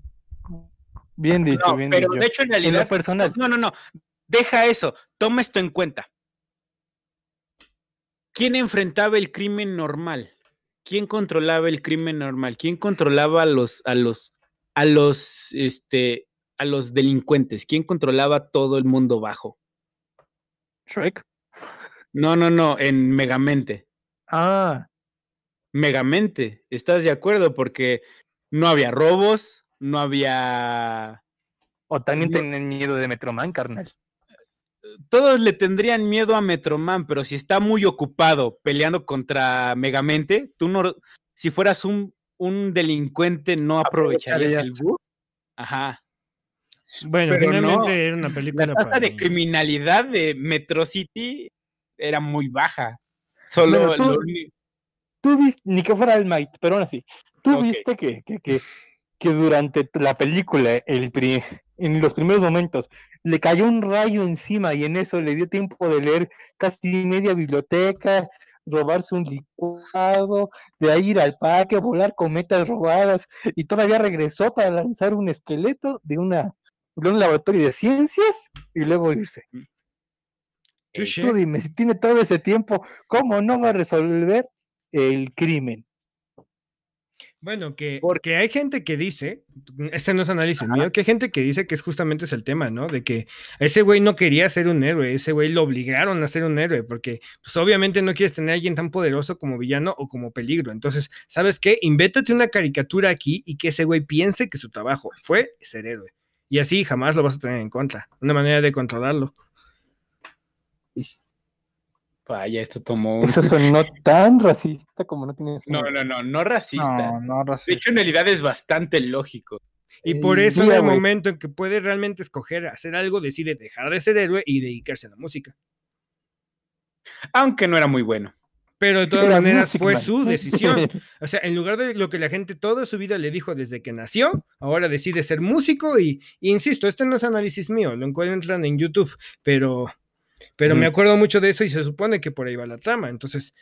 S2: bien dicho,
S1: No,
S2: bien
S1: pero
S2: dicho.
S1: de hecho en
S2: en lo
S1: realidad...
S2: personal,
S1: No, no, no. Deja eso. Toma esto en cuenta. ¿Quién enfrentaba el crimen normal? ¿Quién controlaba el crimen normal? ¿Quién controlaba a los, a los, a los, este, a los delincuentes? ¿Quién controlaba todo el mundo bajo?
S2: Shrek.
S1: No, no, no, en Megamente.
S2: Ah,
S1: Megamente, ¿estás de acuerdo? Porque no había robos, no había...
S2: o también
S1: No.
S2: tienen miedo de Metroman, carnal.
S1: todos le tendrían miedo a Metroman, pero si está muy ocupado peleando contra Megamente, tú no, si fueras un, un delincuente, no aprovecharías el
S3: Aprovecharías.
S1: bug. Ajá.
S4: Bueno,
S1: Pero no,
S4: finalmente era una película
S1: La tasa
S4: para
S1: de
S4: niños.
S1: criminalidad de Metro City era muy baja. Solo
S2: Bueno, tú-
S1: lo uni-
S2: Tú viste, ni que fuera el Might, pero aún así, tú
S1: Ok.
S2: viste que, que, que, que durante t- la película, el pri- en los primeros momentos, le cayó un rayo encima y en eso le dio tiempo de leer casi media biblioteca, robarse un licuado, de ahí ir al parque, volar cometas robadas y todavía regresó para lanzar un esqueleto de, una, de un laboratorio de ciencias y luego irse.
S4: Touché.
S2: Tú dime, si tiene todo ese tiempo, ¿cómo no va a resolver el crimen?
S4: Bueno, que,
S1: Por-
S4: que hay gente que dice, este no es análisis mío, que hay gente que dice que es justamente es el tema, ¿no? De que ese güey no quería ser un héroe, ese güey lo obligaron a ser un héroe, porque pues obviamente no quieres tener a alguien tan poderoso como villano o como peligro. Entonces, ¿sabes qué? Invéntate una caricatura aquí y que ese güey piense que su trabajo fue ser héroe. Y así jamás lo vas a tener en contra. Una manera de controlarlo.
S1: Vaya, esto tomó un-
S2: Eso sonó tan racista como no tiene
S1: No, no, no, no racista.
S3: No, no,
S1: De
S3: racista.
S1: hecho, en realidad es bastante lógico.
S4: Y por
S2: Eh,
S4: eso en
S2: mira,
S4: el
S2: güey.
S4: momento en que puede realmente escoger hacer algo, decide dejar de ser héroe y dedicarse a la música.
S1: Aunque no era muy bueno.
S4: Pero de todas
S2: Era
S4: maneras
S2: Music
S4: fue
S2: Man.
S4: su decisión. O sea, en lugar de lo que la gente toda su vida le dijo desde que nació, ahora decide ser músico y, y insisto, este no es análisis mío, lo encuentran en YouTube, pero, pero me
S1: Ujú.
S4: acuerdo mucho de eso y se supone que por ahí va la trama. Entonces,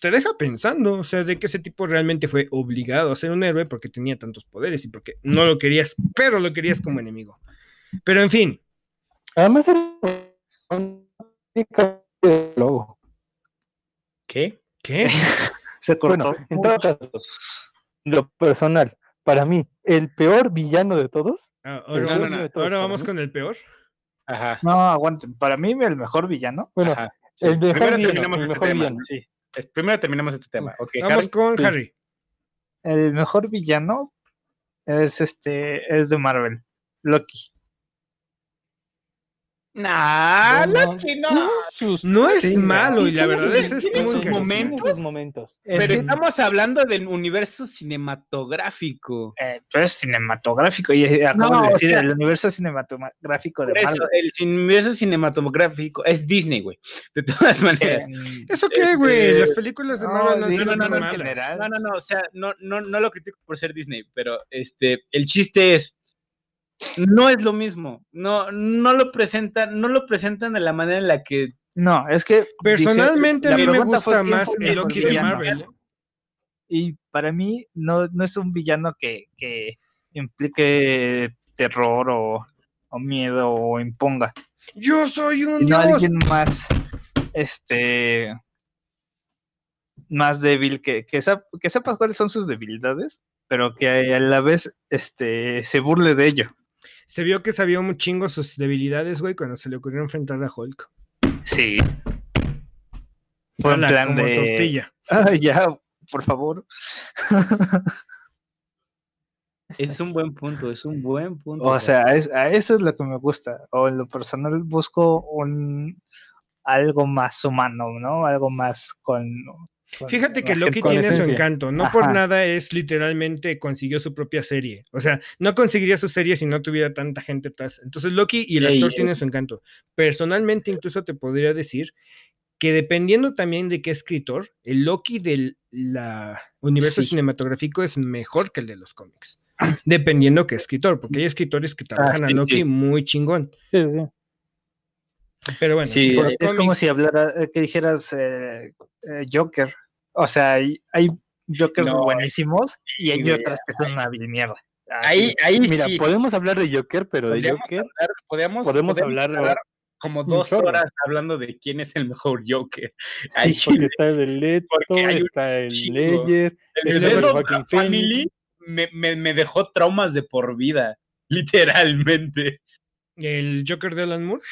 S4: te deja pensando, o sea, de que ese tipo realmente fue obligado a ser un héroe porque tenía tantos poderes y porque no lo querías, pero lo querías como enemigo. Pero en fin,
S2: Además era un logo.
S1: ¿Qué?
S4: ¿qué?
S3: Se cortó.
S2: Bueno, en todo caso, lo personal, para mí, el peor villano de todos,
S4: Ah, ahora
S2: Pero
S1: no, no,
S4: vamos-
S2: no, todos
S4: ahora
S2: para
S4: vamos
S2: mí.
S4: con el peor.
S1: Ajá.
S3: No, aguanten. Para mí, el mejor villano.
S2: bueno,
S1: ajá, sí.
S2: el mejor
S1: Primero
S2: villano,
S1: terminamos
S2: el
S1: este
S2: mejor
S1: tema.
S2: villano.
S3: Sí.
S1: Eh, Primero terminamos este tema. Ok,
S4: Vamos
S1: Harry.
S4: con
S2: sí.
S4: Harry.
S3: El mejor villano es este. Es de Marvel. Loki.
S1: Nah,
S2: No,
S1: la
S2: no.
S1: que no.
S2: Sus-
S4: No es
S3: Sí,
S4: malo, y la
S2: tiene
S4: verdad
S2: sus-
S4: es, es
S1: tiene
S4: muy
S1: sus
S4: carismático.
S1: momentos.
S2: Tiene sus momentos.
S3: Es
S1: Pero
S3: que
S1: estamos hablando del universo cinematográfico.
S3: eh, pero es cinematográfico y eh, acabo
S1: No,
S3: de
S1: o
S3: decir
S1: sea-
S3: el universo cinematográfico de
S1: Por eso,
S3: Marvel.
S1: el universo cinematográfico es Disney, güey. De todas maneras.
S3: Eh,
S4: ¿Eso qué, güey?
S1: Este,
S4: Las películas de
S3: no,
S4: Marvel no, han
S3: sí,
S4: sido
S1: no, no,
S4: tan
S1: no, en
S4: malas.
S3: general.
S1: No, no, no, o sea, no, no, no lo critico por ser Disney, pero este, el chiste es, no es lo mismo, no, no lo presentan, no lo presentan de la manera en la que
S3: No, es que dije-
S4: Personalmente
S3: la
S4: a mí me
S3: pregunta fue
S4: gusta
S3: quién
S4: más
S3: fue
S4: el
S3: mejor
S4: Loki de
S3: villano.
S4: Marvel. ¿eh?
S3: Y para mí no, no es un villano que, que implique terror o, o miedo o imponga,
S4: Yo soy un
S3: sino
S4: dios.
S3: alguien más, este, más débil que, que, sep- que sepas cuáles son sus debilidades, pero que a la vez, este, se burle de ello.
S4: Se vio que sabía un chingo sus debilidades, güey, cuando se le ocurrió enfrentar a Hulk.
S3: Sí. Fue un
S4: Hola,
S3: plan
S4: como
S3: de...
S4: tortilla.
S3: "Ah, ya, por favor.
S1: es un buen punto, es un buen punto.
S3: O
S1: güey.
S3: sea, es- a eso es lo que me gusta. O en lo personal busco un algo más humano, ¿no? Algo más con. con
S4: Fíjate que
S3: la
S4: Loki
S3: gente.
S2: con
S4: tiene su
S2: esencia.
S4: encanto. No por
S3: Ajá.
S4: nada es literalmente consiguió su propia serie. O sea, no conseguiría su serie si no tuviera tanta gente atrás. Entonces Loki y el
S3: Ey, eh.
S4: actor
S3: ey.
S4: tienen su encanto. Personalmente incluso te podría decir que dependiendo también de qué escritor, el Loki del la universo
S3: Sí.
S4: cinematográfico es mejor que el de los cómics. Dependiendo qué escritor, porque hay escritores que trabajan
S1: sí,
S4: a Loki
S1: sí.
S4: muy chingón.
S2: Sí, sí.
S4: Pero bueno,
S1: Sí,
S4: los
S3: Porque es como
S4: cómics-
S3: si hablara, eh, que dijeras eh, eh, Joker. O sea, hay, hay Jokers
S1: No,
S3: buenísimos y hay
S1: güey,
S3: otras que son una vil mierda. Ah,
S1: ahí, ahí
S2: Mira,
S1: sí,
S2: podemos hablar de Joker, pero de
S1: Podríamos
S2: Joker
S1: hablar- podemos,
S2: podemos
S1: podemos
S2: hablar,
S1: como
S2: un
S1: dos
S2: chorro.
S1: horas hablando de quién es el mejor Joker.
S3: Ahí
S1: ahí
S3: sí,
S2: porque está el Leto,
S1: Porque hay un
S2: está el
S1: chingo.
S2: Ledger,
S1: El
S2: está
S1: de
S2: el
S1: Dead of
S2: Joaquin
S1: Family
S2: Phoenix.
S1: me, me- me dejó traumas de por vida, literalmente.
S4: el Joker de Alan Moore.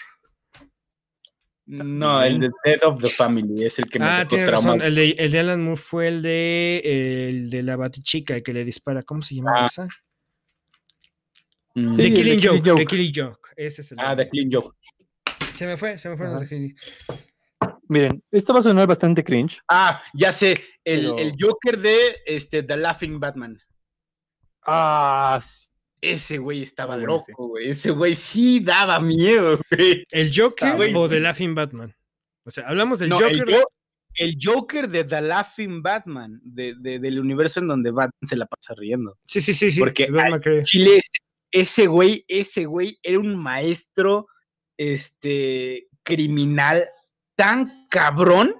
S1: No, el de Dead of the Family es el que me
S4: Ah,
S1: dejó
S4: tiene
S1: traumas.
S4: razón. El de, el de Alan Moore fue el de el de la batichica el que le dispara. ¿Cómo se llama
S1: Ah,
S4: esa?
S1: Mm.
S2: sí,
S4: The Killing
S2: el de Killing
S4: Joke. The
S2: Joke.
S4: Killing Joke. Ese es el.
S1: Ah,
S4: nombre.
S1: de Clean Joke.
S4: Se me fue, se me fueron los de Killing-
S2: Miren, esto va a sonar bastante cringe.
S1: Ah, ya sé, el,
S2: Pero-
S1: el Joker de este, The Laughing Batman.
S2: Ah, s-
S1: Ese güey estaba
S2: bueno,
S1: loco,
S2: sí.
S1: güey. Ese güey sí daba miedo, güey.
S4: ¿El Joker
S1: güey.
S4: o The Laughing Batman? O sea, hablamos del
S1: No,
S4: Joker.
S1: el, Jo- el Joker de The Laughing Batman, de- de- del universo en donde Batman se la pasa riendo.
S4: Sí, sí, sí, sí.
S1: porque
S4: el Batman cree.
S1: Chile, ese- ese güey, ese güey era un maestro este criminal tan cabrón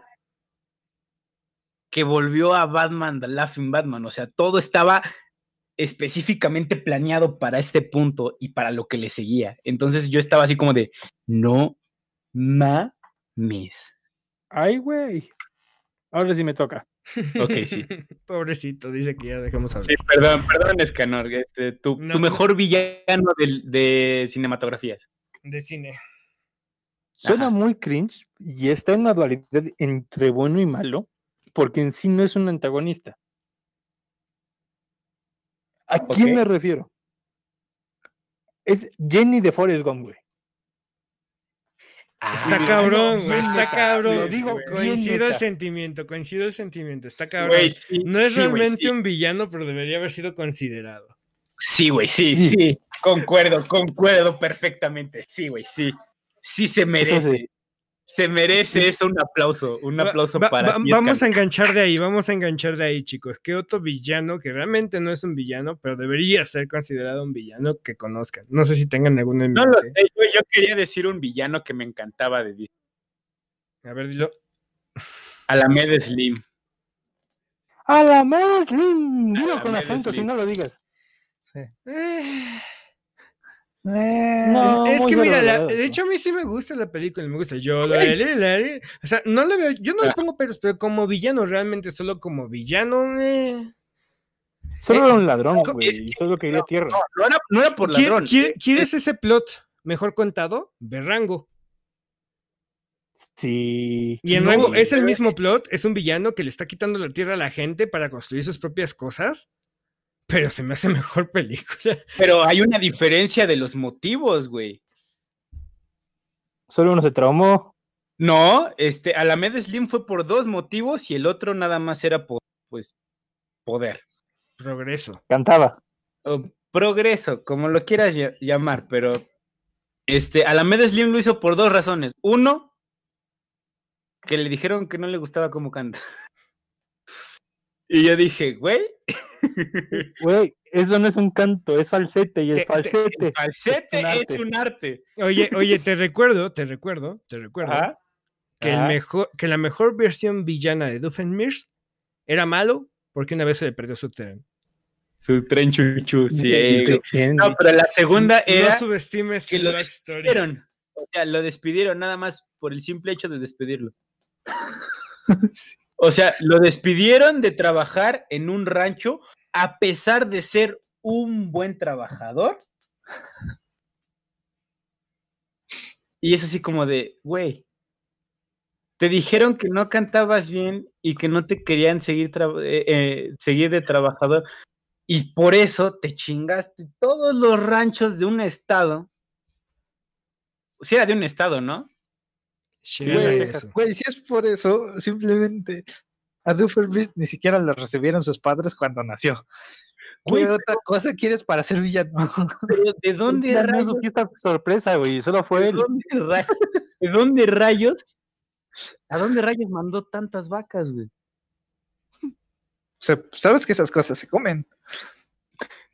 S1: que volvió a Batman, The Laughing Batman. O sea, todo estaba específicamente planeado para este punto y para lo que le seguía. Entonces yo estaba así como de, no mames.
S2: ay, güey. Ahora sí me toca.
S1: Ok, sí.
S4: Pobrecito, dice que ya dejamos hablar.
S1: Sí, perdón, perdón, Escanor. este, tu, tu
S4: No, no.
S1: mejor villano del- de cinematografías.
S4: De cine.
S2: Suena
S1: Ajá.
S2: muy cringe y está en una dualidad entre bueno y malo, porque en sí no es un antagonista. ¿A quién
S1: Ok.
S2: me refiero? Es Jenny de Forrest Gump, güey.
S4: Está
S2: Ah,
S4: cabrón,
S2: no,
S4: güey,
S2: bien
S4: está
S2: neta,
S4: cabrón.
S2: lo digo bien
S4: coincido el
S2: neta.
S4: sentimiento, coincido el sentimiento, está cabrón.
S1: Güey, sí,
S4: no es
S1: sí, güey,
S4: realmente
S1: sí.
S4: un villano, pero debería haber sido considerado.
S1: Sí, güey, sí, sí,
S2: Sí.
S1: Concuerdo, concuerdo perfectamente. Sí, güey, sí. Sí se merece. Se merece eso un aplauso. Un
S4: Va-
S1: aplauso
S4: va-
S1: para
S4: va-
S1: ti,
S4: vamos a
S1: Edgar.
S4: enganchar de ahí, vamos a enganchar de ahí, chicos. ¿Qué otro villano que realmente no es un villano, pero debería ser considerado un villano que conozcan? No sé si tengan alguno en
S1: No lo
S4: mente.
S1: sé, yo, yo quería decir un villano que me encantaba de Disney.
S4: A ver, dilo.
S1: Alamed Slim.
S2: A la más Lin, Dilo
S1: la
S2: con
S1: más
S2: acento, si
S1: Lin.
S2: no lo digas.
S3: Eh,
S2: No,
S4: es
S2: muy
S4: que
S2: bien
S4: mira, la-
S2: elaborado,
S4: de
S2: sí.
S4: hecho a mí sí me gusta la película, me gusta. Yo lo
S1: Güey.
S4: haré, la haré. O sea, no lo veo, yo no le
S1: Ah.
S4: pongo peros, pero como villano, realmente solo como villano. eh.
S2: Solo era un ladrón,
S1: no,
S2: güey.
S1: es
S2: y Solo quería tierra.
S1: No, no era, no era por
S4: ¿Qui-
S1: ladrón.
S4: qui- ¿Quieres ese plot mejor contado? Berrango.
S2: Sí.
S4: Y en
S2: No,
S4: Rango es el
S2: pero-
S4: mismo plot, es un villano que le está quitando la tierra a la gente para construir sus propias cosas, pero se me hace mejor película.
S1: Pero hay una diferencia de los motivos, güey.
S2: Solo uno se traumó.
S1: No, este, Alamed Slim fue por dos motivos y el otro nada más era por, pues, poder.
S4: Progreso.
S2: Cantaba.
S1: O progreso, como lo quieras ll- llamar, pero este, Alamed Slim lo hizo por dos razones. Uno, que le dijeron que no le gustaba cómo canta. Y yo dije, güey,
S2: Güey, eso no es un canto, es falsete. Y
S4: Te- te-
S2: el falsete.
S1: falsete
S2: Es un arte.
S1: es un arte.
S4: Oye, oye, te recuerdo, te recuerdo, te recuerdo
S1: Ajá.
S4: que, el
S2: ajá.
S4: mejor, que la mejor versión villana de Doofenshmirtz era malo porque una vez se le perdió su tren.
S1: Su tren chuchu, sí. eh,
S2: Bien,
S1: güey.
S2: bien,
S1: No,
S2: bien.
S1: pero la segunda
S4: no
S1: era
S4: subestimes
S1: que lo
S4: la historia.
S1: despidieron. O sea, lo despidieron nada más por el simple hecho de despedirlo.
S3: Sí.
S1: O sea, lo despidieron de trabajar en un rancho a pesar de ser un buen trabajador. Y es así como de, güey, te dijeron que no cantabas bien y que no te querían seguir, tra- eh, eh, seguir de trabajador. Y por eso te chingaste todos los ranchos de un estado. O sea, de un estado, ¿no?
S4: Sí,
S2: Güey,
S4: era
S3: Güey,
S4: eso.
S3: güey, si es por eso, simplemente a Doofenshmirtz ni siquiera lo recibieron sus padres cuando nació.
S1: Güey,
S3: Güey, otra cosa quieres para ser villano?
S1: Pero ¿de dónde
S2: Ya no es
S1: rayos
S2: su fiesta sorpresa, güey. Solo fue
S1: ¿De
S2: él.
S1: dónde, rayos, ¿De dónde rayos? ¿A dónde rayos mandó tantas vacas, güey?
S3: Se- Sabes que esas cosas se comen.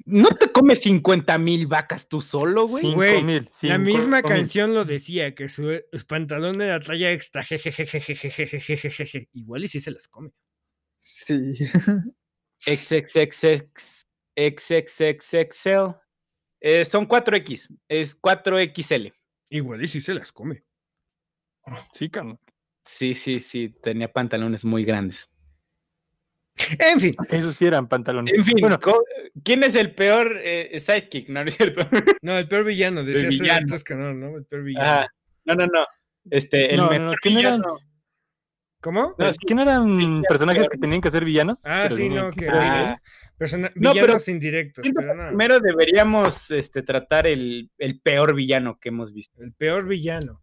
S1: ¿No te comes 50 mil vacas tú solo, güey?
S4: Sí.
S2: Cinco
S4: Güey,
S2: mil,
S4: La
S2: cinco
S4: misma
S2: mil.
S4: canción lo decía, que su, su pantalón era talla extra. jejejejejejejejeje. Igual y si se las come.
S3: Sí.
S1: Ex, ex, ex, ex, ex, ex, ex, excel. Eh, son 4X, es 4XL.
S4: Igual y si se las come.
S2: Sí, cabrón.
S1: Sí, sí, sí, tenía pantalones muy grandes.
S4: En fin,
S2: Esos sí eran pantalones.
S1: En fin,
S2: Bueno,
S1: co- ¿quién es el peor eh, sidekick? No, no es cierto.
S4: no, el peor villano, decía hace
S1: villano.
S4: ratos que no, ¿no? El peor villano.
S1: Ah, no, no, no. Este, el
S2: No, no, no,
S1: mejor
S2: ¿quién era?
S1: villano.
S4: ¿Cómo?
S1: no,
S2: ¿qué no eran
S1: sí, ya,
S2: personajes
S1: claro.
S2: que tenían que ser villanos?
S4: Ah,
S2: Pero
S4: sí,
S2: tenían
S4: no, que-
S2: ser
S1: Ah,
S2: villanos.
S4: Persona-
S1: No, pero
S4: villanos indirectos,
S1: siento
S4: pero
S1: que
S4: no,
S1: Primero deberíamos este, tratar el, el peor villano que hemos visto.
S4: El peor villano.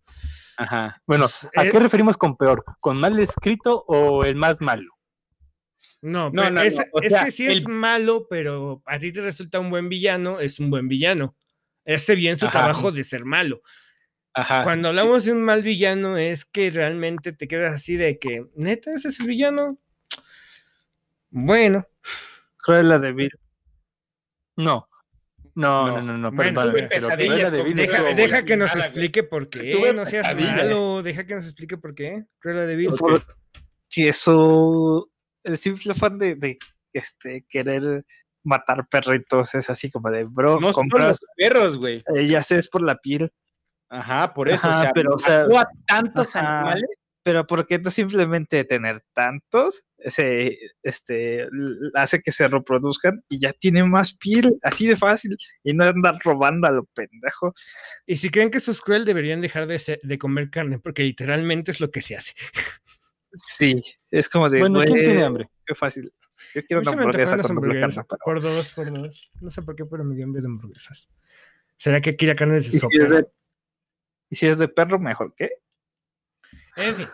S1: Ajá.
S2: Bueno, ¿a
S4: Eh,
S2: qué referimos con peor? ¿Con mal escrito o el más malo?
S4: No,
S1: No,
S4: pero
S1: no,
S4: es,
S1: no, o
S4: es
S1: sea,
S4: que sí es
S1: el-
S4: malo, pero a ti te resulta un buen villano, es un buen villano. Hace bien su
S1: Ajá. Ah,
S4: trabajo de ser malo.
S1: Ajá.
S4: Cuando hablamos de un mal villano es que realmente te quedas así de que, neta, ese es el villano. Bueno,
S3: Cruella de Vil.
S2: No. No,
S1: No.
S2: no, no, no,
S4: Bueno,
S2: perdóname,
S1: tuve
S2: pero
S1: pesadillas
S2: Cruella de
S1: con-
S2: Vil
S1: Deja-
S2: estuvo
S4: deja,
S1: estuvo
S4: deja
S1: buena.
S4: que nos
S1: Nada, güey.
S4: explique por qué.
S1: Tuve
S4: no seas
S1: pesadilla, eh.
S4: malo, deja que nos explique por qué. Cruella de Vil.
S3: Que eso. El simple afán de, de, este, querer matar perritos es así como de, bro,
S1: No son
S3: compras.
S1: los perros, güey.
S3: eh, ya sé, es por la piel.
S1: Ajá, por eso.
S3: Ajá,
S1: o sea,
S3: pero, o sea,
S1: mató a tantos
S3: ajá.
S1: animales.
S3: Pero porque no simplemente tener tantos se, este, l- hace que se reproduzcan y ya tiene más piel, así de fácil, y no andar robando a lo pendejo.
S4: Y si creen que eso es cruel, deberían dejar de, ser- de comer carne, porque literalmente es lo que se hace.
S3: Sí, es como de,
S2: Bueno, ¿quién
S3: "Güey,
S2: tiene hambre?
S3: qué fácil. Yo quiero
S4: A mí
S3: una
S4: se me
S3: hamburguesa
S4: antojaron
S3: con doble
S4: las hamburguesas,
S3: carne, pero-
S4: Por dos, por dos. No sé por qué, pero me dio hambre de hamburguesas. ¿Será que aquí la carne es de
S3: Y si es
S4: sopa?
S3: de- y si es de perro, mejor que.
S4: En fin.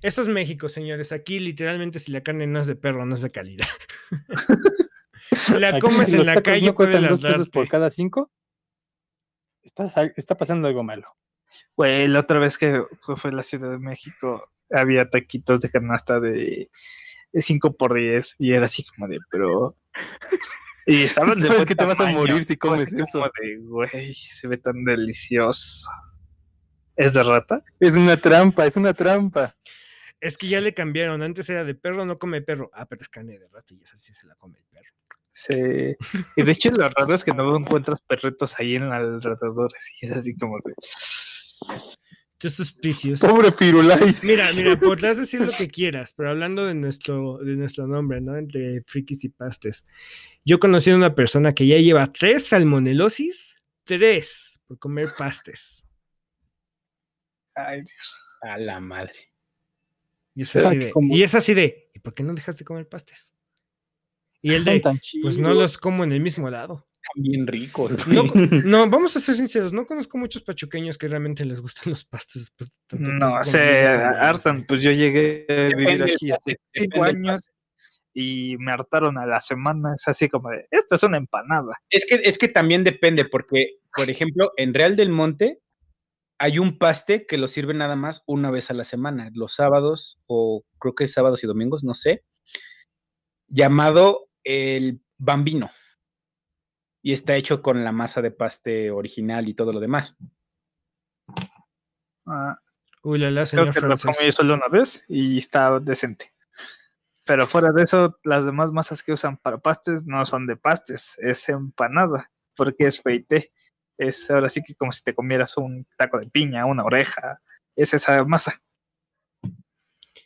S4: Esto es México, señores. Aquí literalmente si la carne no es de perro, no es de calidad. si la
S2: Aquí,
S4: comes
S2: si
S4: en
S2: los
S4: la
S2: tacos
S4: calle,
S2: no
S4: puede
S2: cuestan dos pesos
S4: ladrarte.
S2: por cada cinco. Está, sal- está pasando algo malo.
S3: Güey, la otra vez que fue- fue a la Ciudad de México, había taquitos de canasta de 5 por 10 y era así como de, pero... Y estaban de
S2: Sabes
S3: buen
S2: que te vas a
S3: tamaño,
S2: morir si
S3: como
S2: comes
S3: así como
S2: eso.
S3: de, güey, se ve tan delicioso. ¿Es de rata?
S2: Es una trampa, es una trampa.
S4: Es que ya le cambiaron. Antes era de perro, no come perro. Ah, pero es carne de rato y esa sí se la come el perro.
S3: Sí. Y de hecho lo raro es que no encuentras perritos ahí en alrededores y es así como de...
S4: Tú suspicios.
S2: Pobre Firulais.
S4: Mira, mira, podrás decir lo que quieras, pero hablando de nuestro, de nuestro nombre, ¿no? Entre frikis y pastes. Yo conocí a una persona que ya lleva tres salmonelosis, tres, por comer pastes.
S3: Ay, Dios.
S1: A la madre.
S4: Y es
S3: Ah,
S4: así
S2: Ay,
S4: de,
S2: cómo-
S4: y es así de, ¿y por qué no dejas de comer pastes? Y él de, pues no los "Pues como en el mismo lado.
S1: bien ricos. güey.
S4: No, no, vamos a ser sinceros, no conozco muchos pachuqueños que realmente les gustan los pastes después de tanto tiempo.
S3: No, se hartan. Pues yo llegué a vivir
S1: Depende,
S3: aquí hace cinco
S1: depende.
S3: años y me hartaron a la semana. Es así como de, esto es una empanada.
S1: Es que, es que también depende, porque, por ejemplo, en Real del Monte hay un paste que lo sirve nada más una vez a la semana, los sábados, o creo que sábados y domingos, no sé, llamado el bambino. Y está hecho con la masa de paste original y todo lo demás.
S3: Ah,
S4: Uy, la, la
S3: creo
S4: señor
S3: que lo
S4: francés.
S3: comí solo una vez y está decente. Pero fuera de eso, las demás masas que usan para pastes no son de pastes, es empanada, porque es feite. Es ahora sí que como si te comieras un taco de piña, una oreja, es esa masa.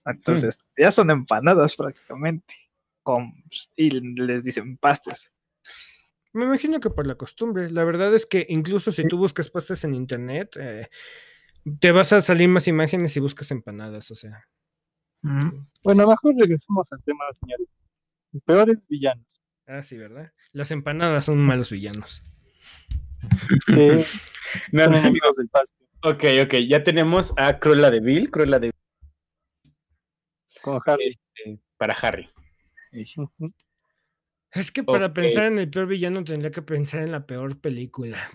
S3: Entonces,
S1: Mm.
S3: ya son empanadas prácticamente. con- y les dicen pastes.
S4: Me imagino que por la costumbre. La verdad es que incluso si tú buscas pastas en internet, eh, te vas a salir más imágenes y buscas empanadas, o sea.
S2: Bueno, mejor regresemos al tema, señores. Peores villanos.
S4: Ah, sí, ¿verdad? Las empanadas son malos villanos.
S2: Sí,
S1: No,
S2: son
S1: no, no.
S2: enemigos del paste.
S1: Ok, ok, ya tenemos a Cruella de Vil, Cruella de
S2: Con Harry.
S1: este, para Harry.
S2: Ujú.
S4: Es que para
S1: Ok.
S4: pensar en el peor villano tendría que pensar en la peor película.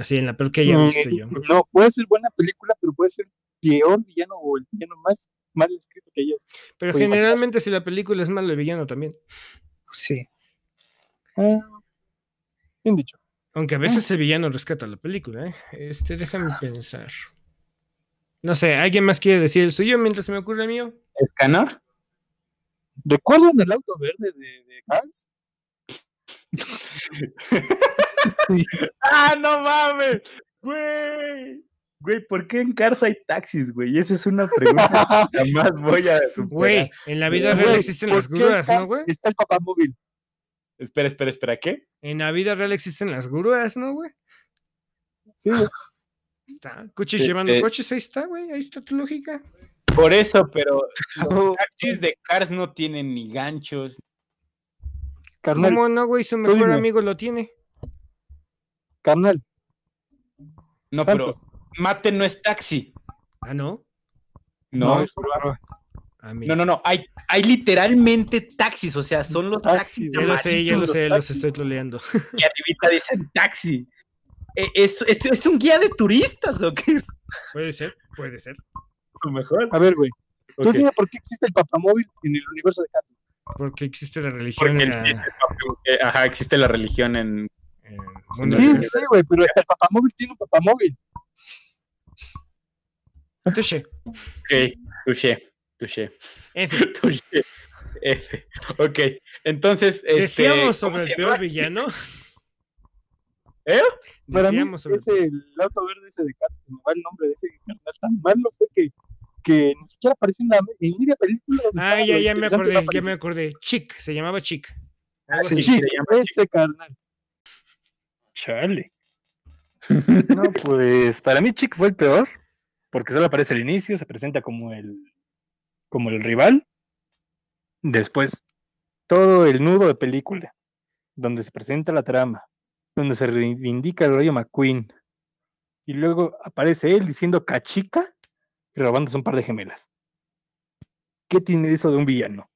S4: Así, en la peor que haya
S2: Mm,
S4: visto yo.
S2: No, puede ser buena película, pero puede ser peor villano o el villano más mal escrito que ellas.
S4: Pero
S2: Uy,
S4: generalmente si la película es mala, el villano también.
S3: Sí.
S2: Ah, bien dicho.
S4: Aunque a veces el villano rescata la película, ¿eh? Este, déjame pensar. No sé, ¿alguien más quiere decir el suyo mientras se me ocurre el mío?
S1: ¿Escanor?
S2: ¿Recuerdan el auto verde de, de Cars?
S1: ¡Ah, no mames! ¡Güey! Güey, ¿por qué en Cars hay taxis, güey? Esa es una pregunta que jamás voy a superar.
S4: Güey, en la vida
S1: Güey,
S4: real existen las
S2: ¿por qué en
S4: grúas, ¿no,
S2: Cars
S4: güey?
S2: Está el papá móvil.
S1: Espera, espera, espera, ¿qué?
S4: En la vida real existen las grúas, ¿no, güey?
S2: Sí, güey.
S4: Está. Coches
S1: Eh,
S4: llevando
S1: eh.
S4: coches, ahí está, güey. Ahí está tu lógica.
S1: Por eso, pero los taxis de Cars no tienen ni ganchos.
S2: carnal,
S4: ¿Cómo no, güey? Su mejor
S2: dime.
S4: amigo lo tiene.
S2: carnal.
S1: No,
S2: Santos.
S1: pero Mate no es taxi.
S4: Ah, no.
S1: No,
S3: No,
S1: es grúa.
S4: Ah,
S1: no,
S4: mira.
S1: no, no. Hay, hay literalmente taxis, o sea, son los taxis.
S2: Taxis,
S4: Ya lo sé, ya lo
S2: Los
S4: sé, los
S2: taxis.
S4: estoy troleando.
S1: Y arribita dicen taxi. Eh, Es, es, es un guía de turistas, ¿o qué?
S4: Puede ser, puede ser.
S1: Mejor.
S2: A ver, güey. ¿Tú
S1: Ok.
S2: dime por qué existe el papamóvil en el universo de Cars?
S4: Porque existe la religión
S1: Porque
S4: en
S1: existe,
S4: la-
S1: eh, ajá, existe la religión en.
S4: en el
S1: No,
S4: mundo
S2: Sí,
S4: del
S2: sí, sí, güey, pero hasta el papamóvil tiene un papamóvil.
S4: Touché.
S1: Ok, touché, touché,
S4: En fin,
S1: touché. F. Ok, entonces. Este,
S4: decíamos
S1: ¿cómo
S4: sobre el
S1: se
S4: peor
S1: llama?
S4: villano.
S1: ¿Eh?
S2: Para mí
S4: Decíamos sobre el
S2: es el auto verde ese de Cars, que me va el nombre de ese carnal tan malo fue que, que ni siquiera apareció en la en media película. donde
S4: Ah,
S2: estaba
S4: ya,
S2: lo
S4: ya me
S2: interesante, no
S4: acordé, ya me
S2: apareció.
S4: acordé. Chick, se llamaba Chick.
S1: Algo
S3: sí,
S1: así
S2: Sí,
S1: se llama.
S2: ese carnal.
S5: Chale. No, pues para mí Chick fue el peor, porque solo aparece al inicio, se presenta como el, como el rival. Después, todo el nudo de película, donde se presenta la trama, donde se reivindica el rayo McQueen. Y luego aparece él diciendo cachica y robándose un par de gemelas. ¿Qué tiene eso de un villano?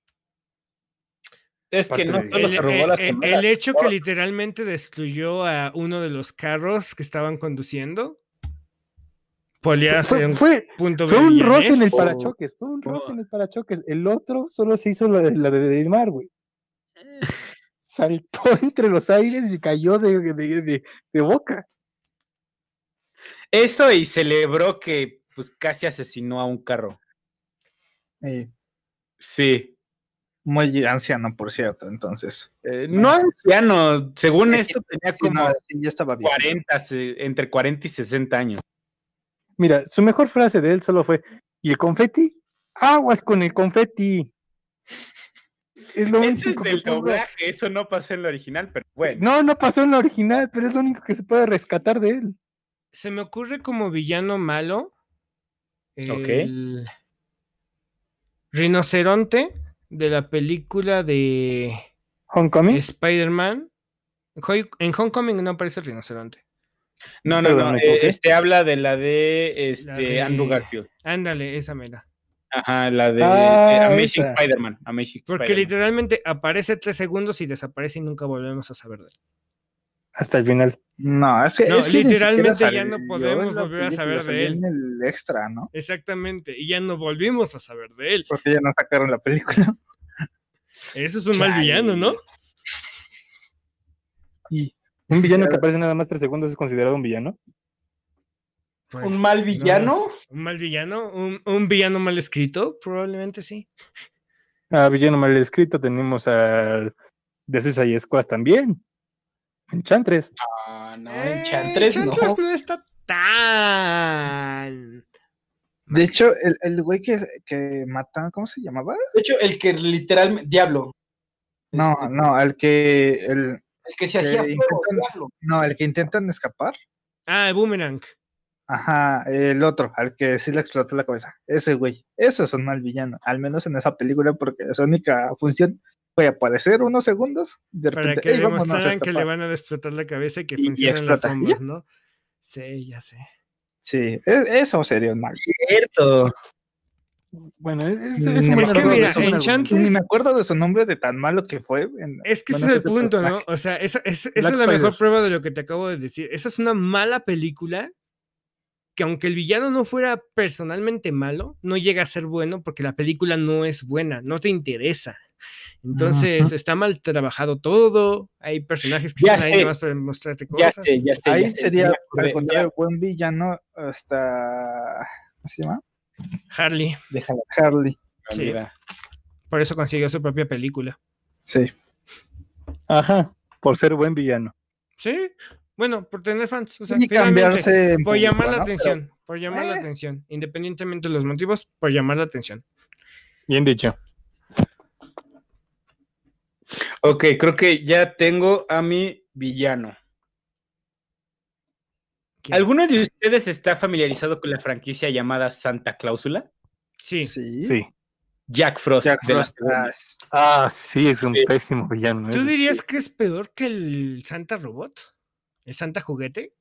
S1: Es que
S5: Parte
S1: no
S5: de-
S1: solo
S4: El,
S1: se robó
S4: el-
S1: las
S4: el- el
S1: gemelas, Oh.
S4: hecho que
S1: robó-
S4: literalmente destruyó a uno de los carros que estaban conduciendo. Podría ser
S5: Fue,
S4: un
S5: fue-
S4: punto
S5: Fue un
S4: villanés.
S5: roce en el
S1: Oh.
S5: parachoques, fue un roce en el parachoques. El otro solo se hizo la de, la de Neymar, güey. Saltó entre los aires y cayó de, de- de- de boca.
S1: Eso y celebró que pues casi asesinó a un carro.
S3: Y
S1: Sí.
S3: Eh, muy anciano, por cierto, entonces.
S1: Eh, no anciano, según
S3: Ah. Es que
S1: esto tenía
S3: Sí, no,
S1: como
S3: sí, ya estaba bien.
S1: 40, se- entre 40 y 60 años.
S5: Mira, su mejor frase de él solo fue: ¿Y el confeti? ¡Aguas con el confeti! Es lo
S1: Ese es
S5: único que
S1: del
S5: pudo-
S1: doblaje, eso no pasó en la original, pero bueno.
S5: No, no pasó en la original, pero es lo único que se puede rescatar de él.
S4: Se me ocurre como villano malo.
S1: Ok.
S4: El rinoceronte de la película de
S5: Homecoming.
S4: Spider-Man. En Hoi- En Homecoming no aparece el rinoceronte.
S1: No, no,
S5: Perdón,
S1: no.
S5: me
S1: eh,
S5: equivoqué.
S1: este habla de la de este
S4: La de-
S1: Andrew Garfield.
S4: Ándale, esa mera.
S1: Ajá, la de
S2: Ah,
S1: eh, Amazing
S2: esa.
S1: Spider-Man. Amazing
S4: Porque
S1: Spider-Man.
S4: literalmente aparece tres segundos y desaparece y nunca volvemos a saber de él.
S5: Hasta el final.
S3: No, es que,
S4: No,
S3: es que ni
S4: literalmente ya
S3: siquiera
S4: no
S3: salió
S4: podemos
S3: en la
S4: volver a
S3: película,
S4: saber de
S3: salió
S4: él.
S3: En el extra, ¿no?
S4: Exactamente, y ya no volvimos a saber de él.
S3: Porque ya no sacaron la película.
S4: Eso es un mal
S1: Chale.
S4: villano, ¿no?
S5: Un villano que
S3: Claro.
S5: aparece nada más tres segundos es considerado un villano.
S4: Pues,
S2: mal
S4: no
S2: villano?
S4: sé. un mal villano, un, un villano mal escrito, probablemente sí.
S5: A villano mal escrito tenemos al de Suicide Squad también. Enchantress.
S1: Ah, no,
S4: Eh,
S1: Enchantress no.
S4: Enchantress no está tan.
S3: De hecho, el, el güey que, que matan, ¿cómo se llamaba?
S2: De hecho, el que literalmente. Diablo.
S3: No,
S2: Este,
S3: no, el que el,
S2: El que se hacía
S3: que
S2: fuego,
S3: intentan-
S2: diablo.
S3: no, el que intentan escapar.
S4: Ah, el Boomerang.
S3: Ajá, el otro, al que sí le explotó la cabeza. Ese güey. Eso es un mal villano. Al menos en esa película, porque su única función fue aparecer unos segundos. De
S4: Para
S3: repente,
S4: que
S3: "Ey, vámonos a
S4: demostraran que le
S3: escapar".
S4: van a explotar la cabeza y que
S3: Y- y
S4: funcionan las
S3: explota, y
S4: bombas,
S3: ya.
S4: ¿no? Sí, ya sé.
S3: Sí, e- eso sería un mal.
S1: Cierto.
S5: Bueno, es, es-
S3: Ni
S5: es un
S3: me
S5: buen
S3: acuerdo
S5: argumento,
S3: de
S4: mira,
S5: es un buen
S4: Enchant-
S2: pues,
S5: argumento.
S3: Ni me acuerdo de su nombre de tan malo que fue. en-
S4: Es que ese es
S3: bueno, ese
S4: el
S3: es el
S4: punto, ¿no?
S3: personaje.
S4: O sea, esa, esa- esa
S5: Black
S4: es la mejor
S5: Spider.
S4: prueba de lo que te acabo de decir. Esa es una mala película que aunque el villano no fuera personalmente malo, no llega a ser bueno porque la película no es buena, no te interesa. Entonces está mal trabajado todo, hay personajes que
S1: Ya
S4: están ahí
S1: sé,
S4: nomás para mostrarte
S1: Ya
S4: cosas.
S1: sé, ya sé. ya
S3: Ahí
S1: sé,
S3: sería,
S1: ya
S3: al
S1: acordé, ya-
S3: contrario, buen villano hasta. ¿Cómo se llama?
S4: Harley,
S1: Déjala,
S3: Harley.
S1: me
S4: Sí.
S1: olvida.
S4: por eso consiguió su propia película.
S3: Sí.
S5: Ajá, por ser buen villano.
S4: Sí, bueno, por tener fans. O sea,
S3: y
S4: finalmente,
S3: cambiarse. en
S4: Por
S3: público,
S4: llamar la
S3: ¿no?
S4: atención, por llamar la
S3: eh.
S4: atención, independientemente de los motivos, por llamar la atención.
S5: Bien dicho.
S1: Ok, creo que ya tengo a mi villano.
S4: ¿Quién?
S1: ¿Alguno de ustedes está familiarizado con la franquicia llamada Santa Cláusula?
S4: Sí.
S3: Pero- Sí.
S5: Sí.
S1: Jack Frost.
S3: Jack
S1: de la
S3: Frost.
S1: segunda.
S3: ah, sí.
S5: Ah, sí, es un
S1: Sí.
S5: pésimo villano.
S4: ¿Tú
S5: ese.
S4: dirías que es peor que el Santa Robot? ¿El Santa Juguete?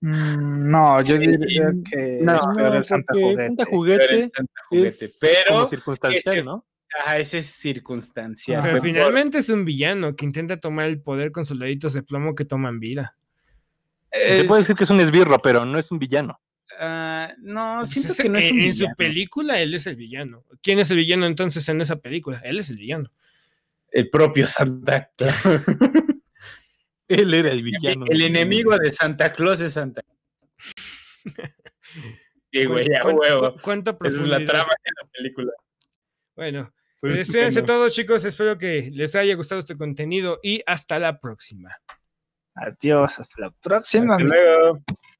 S3: Mm, No, yo
S1: Sí,
S3: diría que
S1: no,
S3: es peor el Santa
S5: porque
S3: Juguete.
S5: Santa
S1: Pero, el
S5: Juguete
S1: Santa Juguete,
S5: es
S1: pero
S5: como circunstancial,
S1: ese-
S5: ¿no?
S1: ajá, ese es circunstancia.
S5: Ah,
S4: Pero
S5: fue
S4: finalmente es un villano que intenta tomar el poder con soldaditos de plomo que toman vida.
S5: Se puede decir que es un esbirro, pero no es un villano.
S1: no,
S4: Pues
S1: siento
S4: ese-
S1: que no es
S4: en,
S1: un
S4: en su
S1: villano.
S4: película él es el villano. ¿Quién es el villano entonces en esa película? Él es el villano.
S1: El propio Santa Claus.
S5: Él era el villano.
S1: el enemigo de Santa Claus es Santa Sí, güey, ya
S4: ¿Cuán- cuán-
S1: huevo.
S4: cu- ¿Cuánta
S1: Esa es
S4: profundidad?
S1: la trama de la película.
S4: Bueno,
S1: Pues,
S4: despídense
S1: bueno.
S4: todos chicos. Espero que les haya gustado este contenido y hasta la próxima.
S3: Adiós, hasta la próxima.
S1: Hasta
S3: amigos.
S1: luego.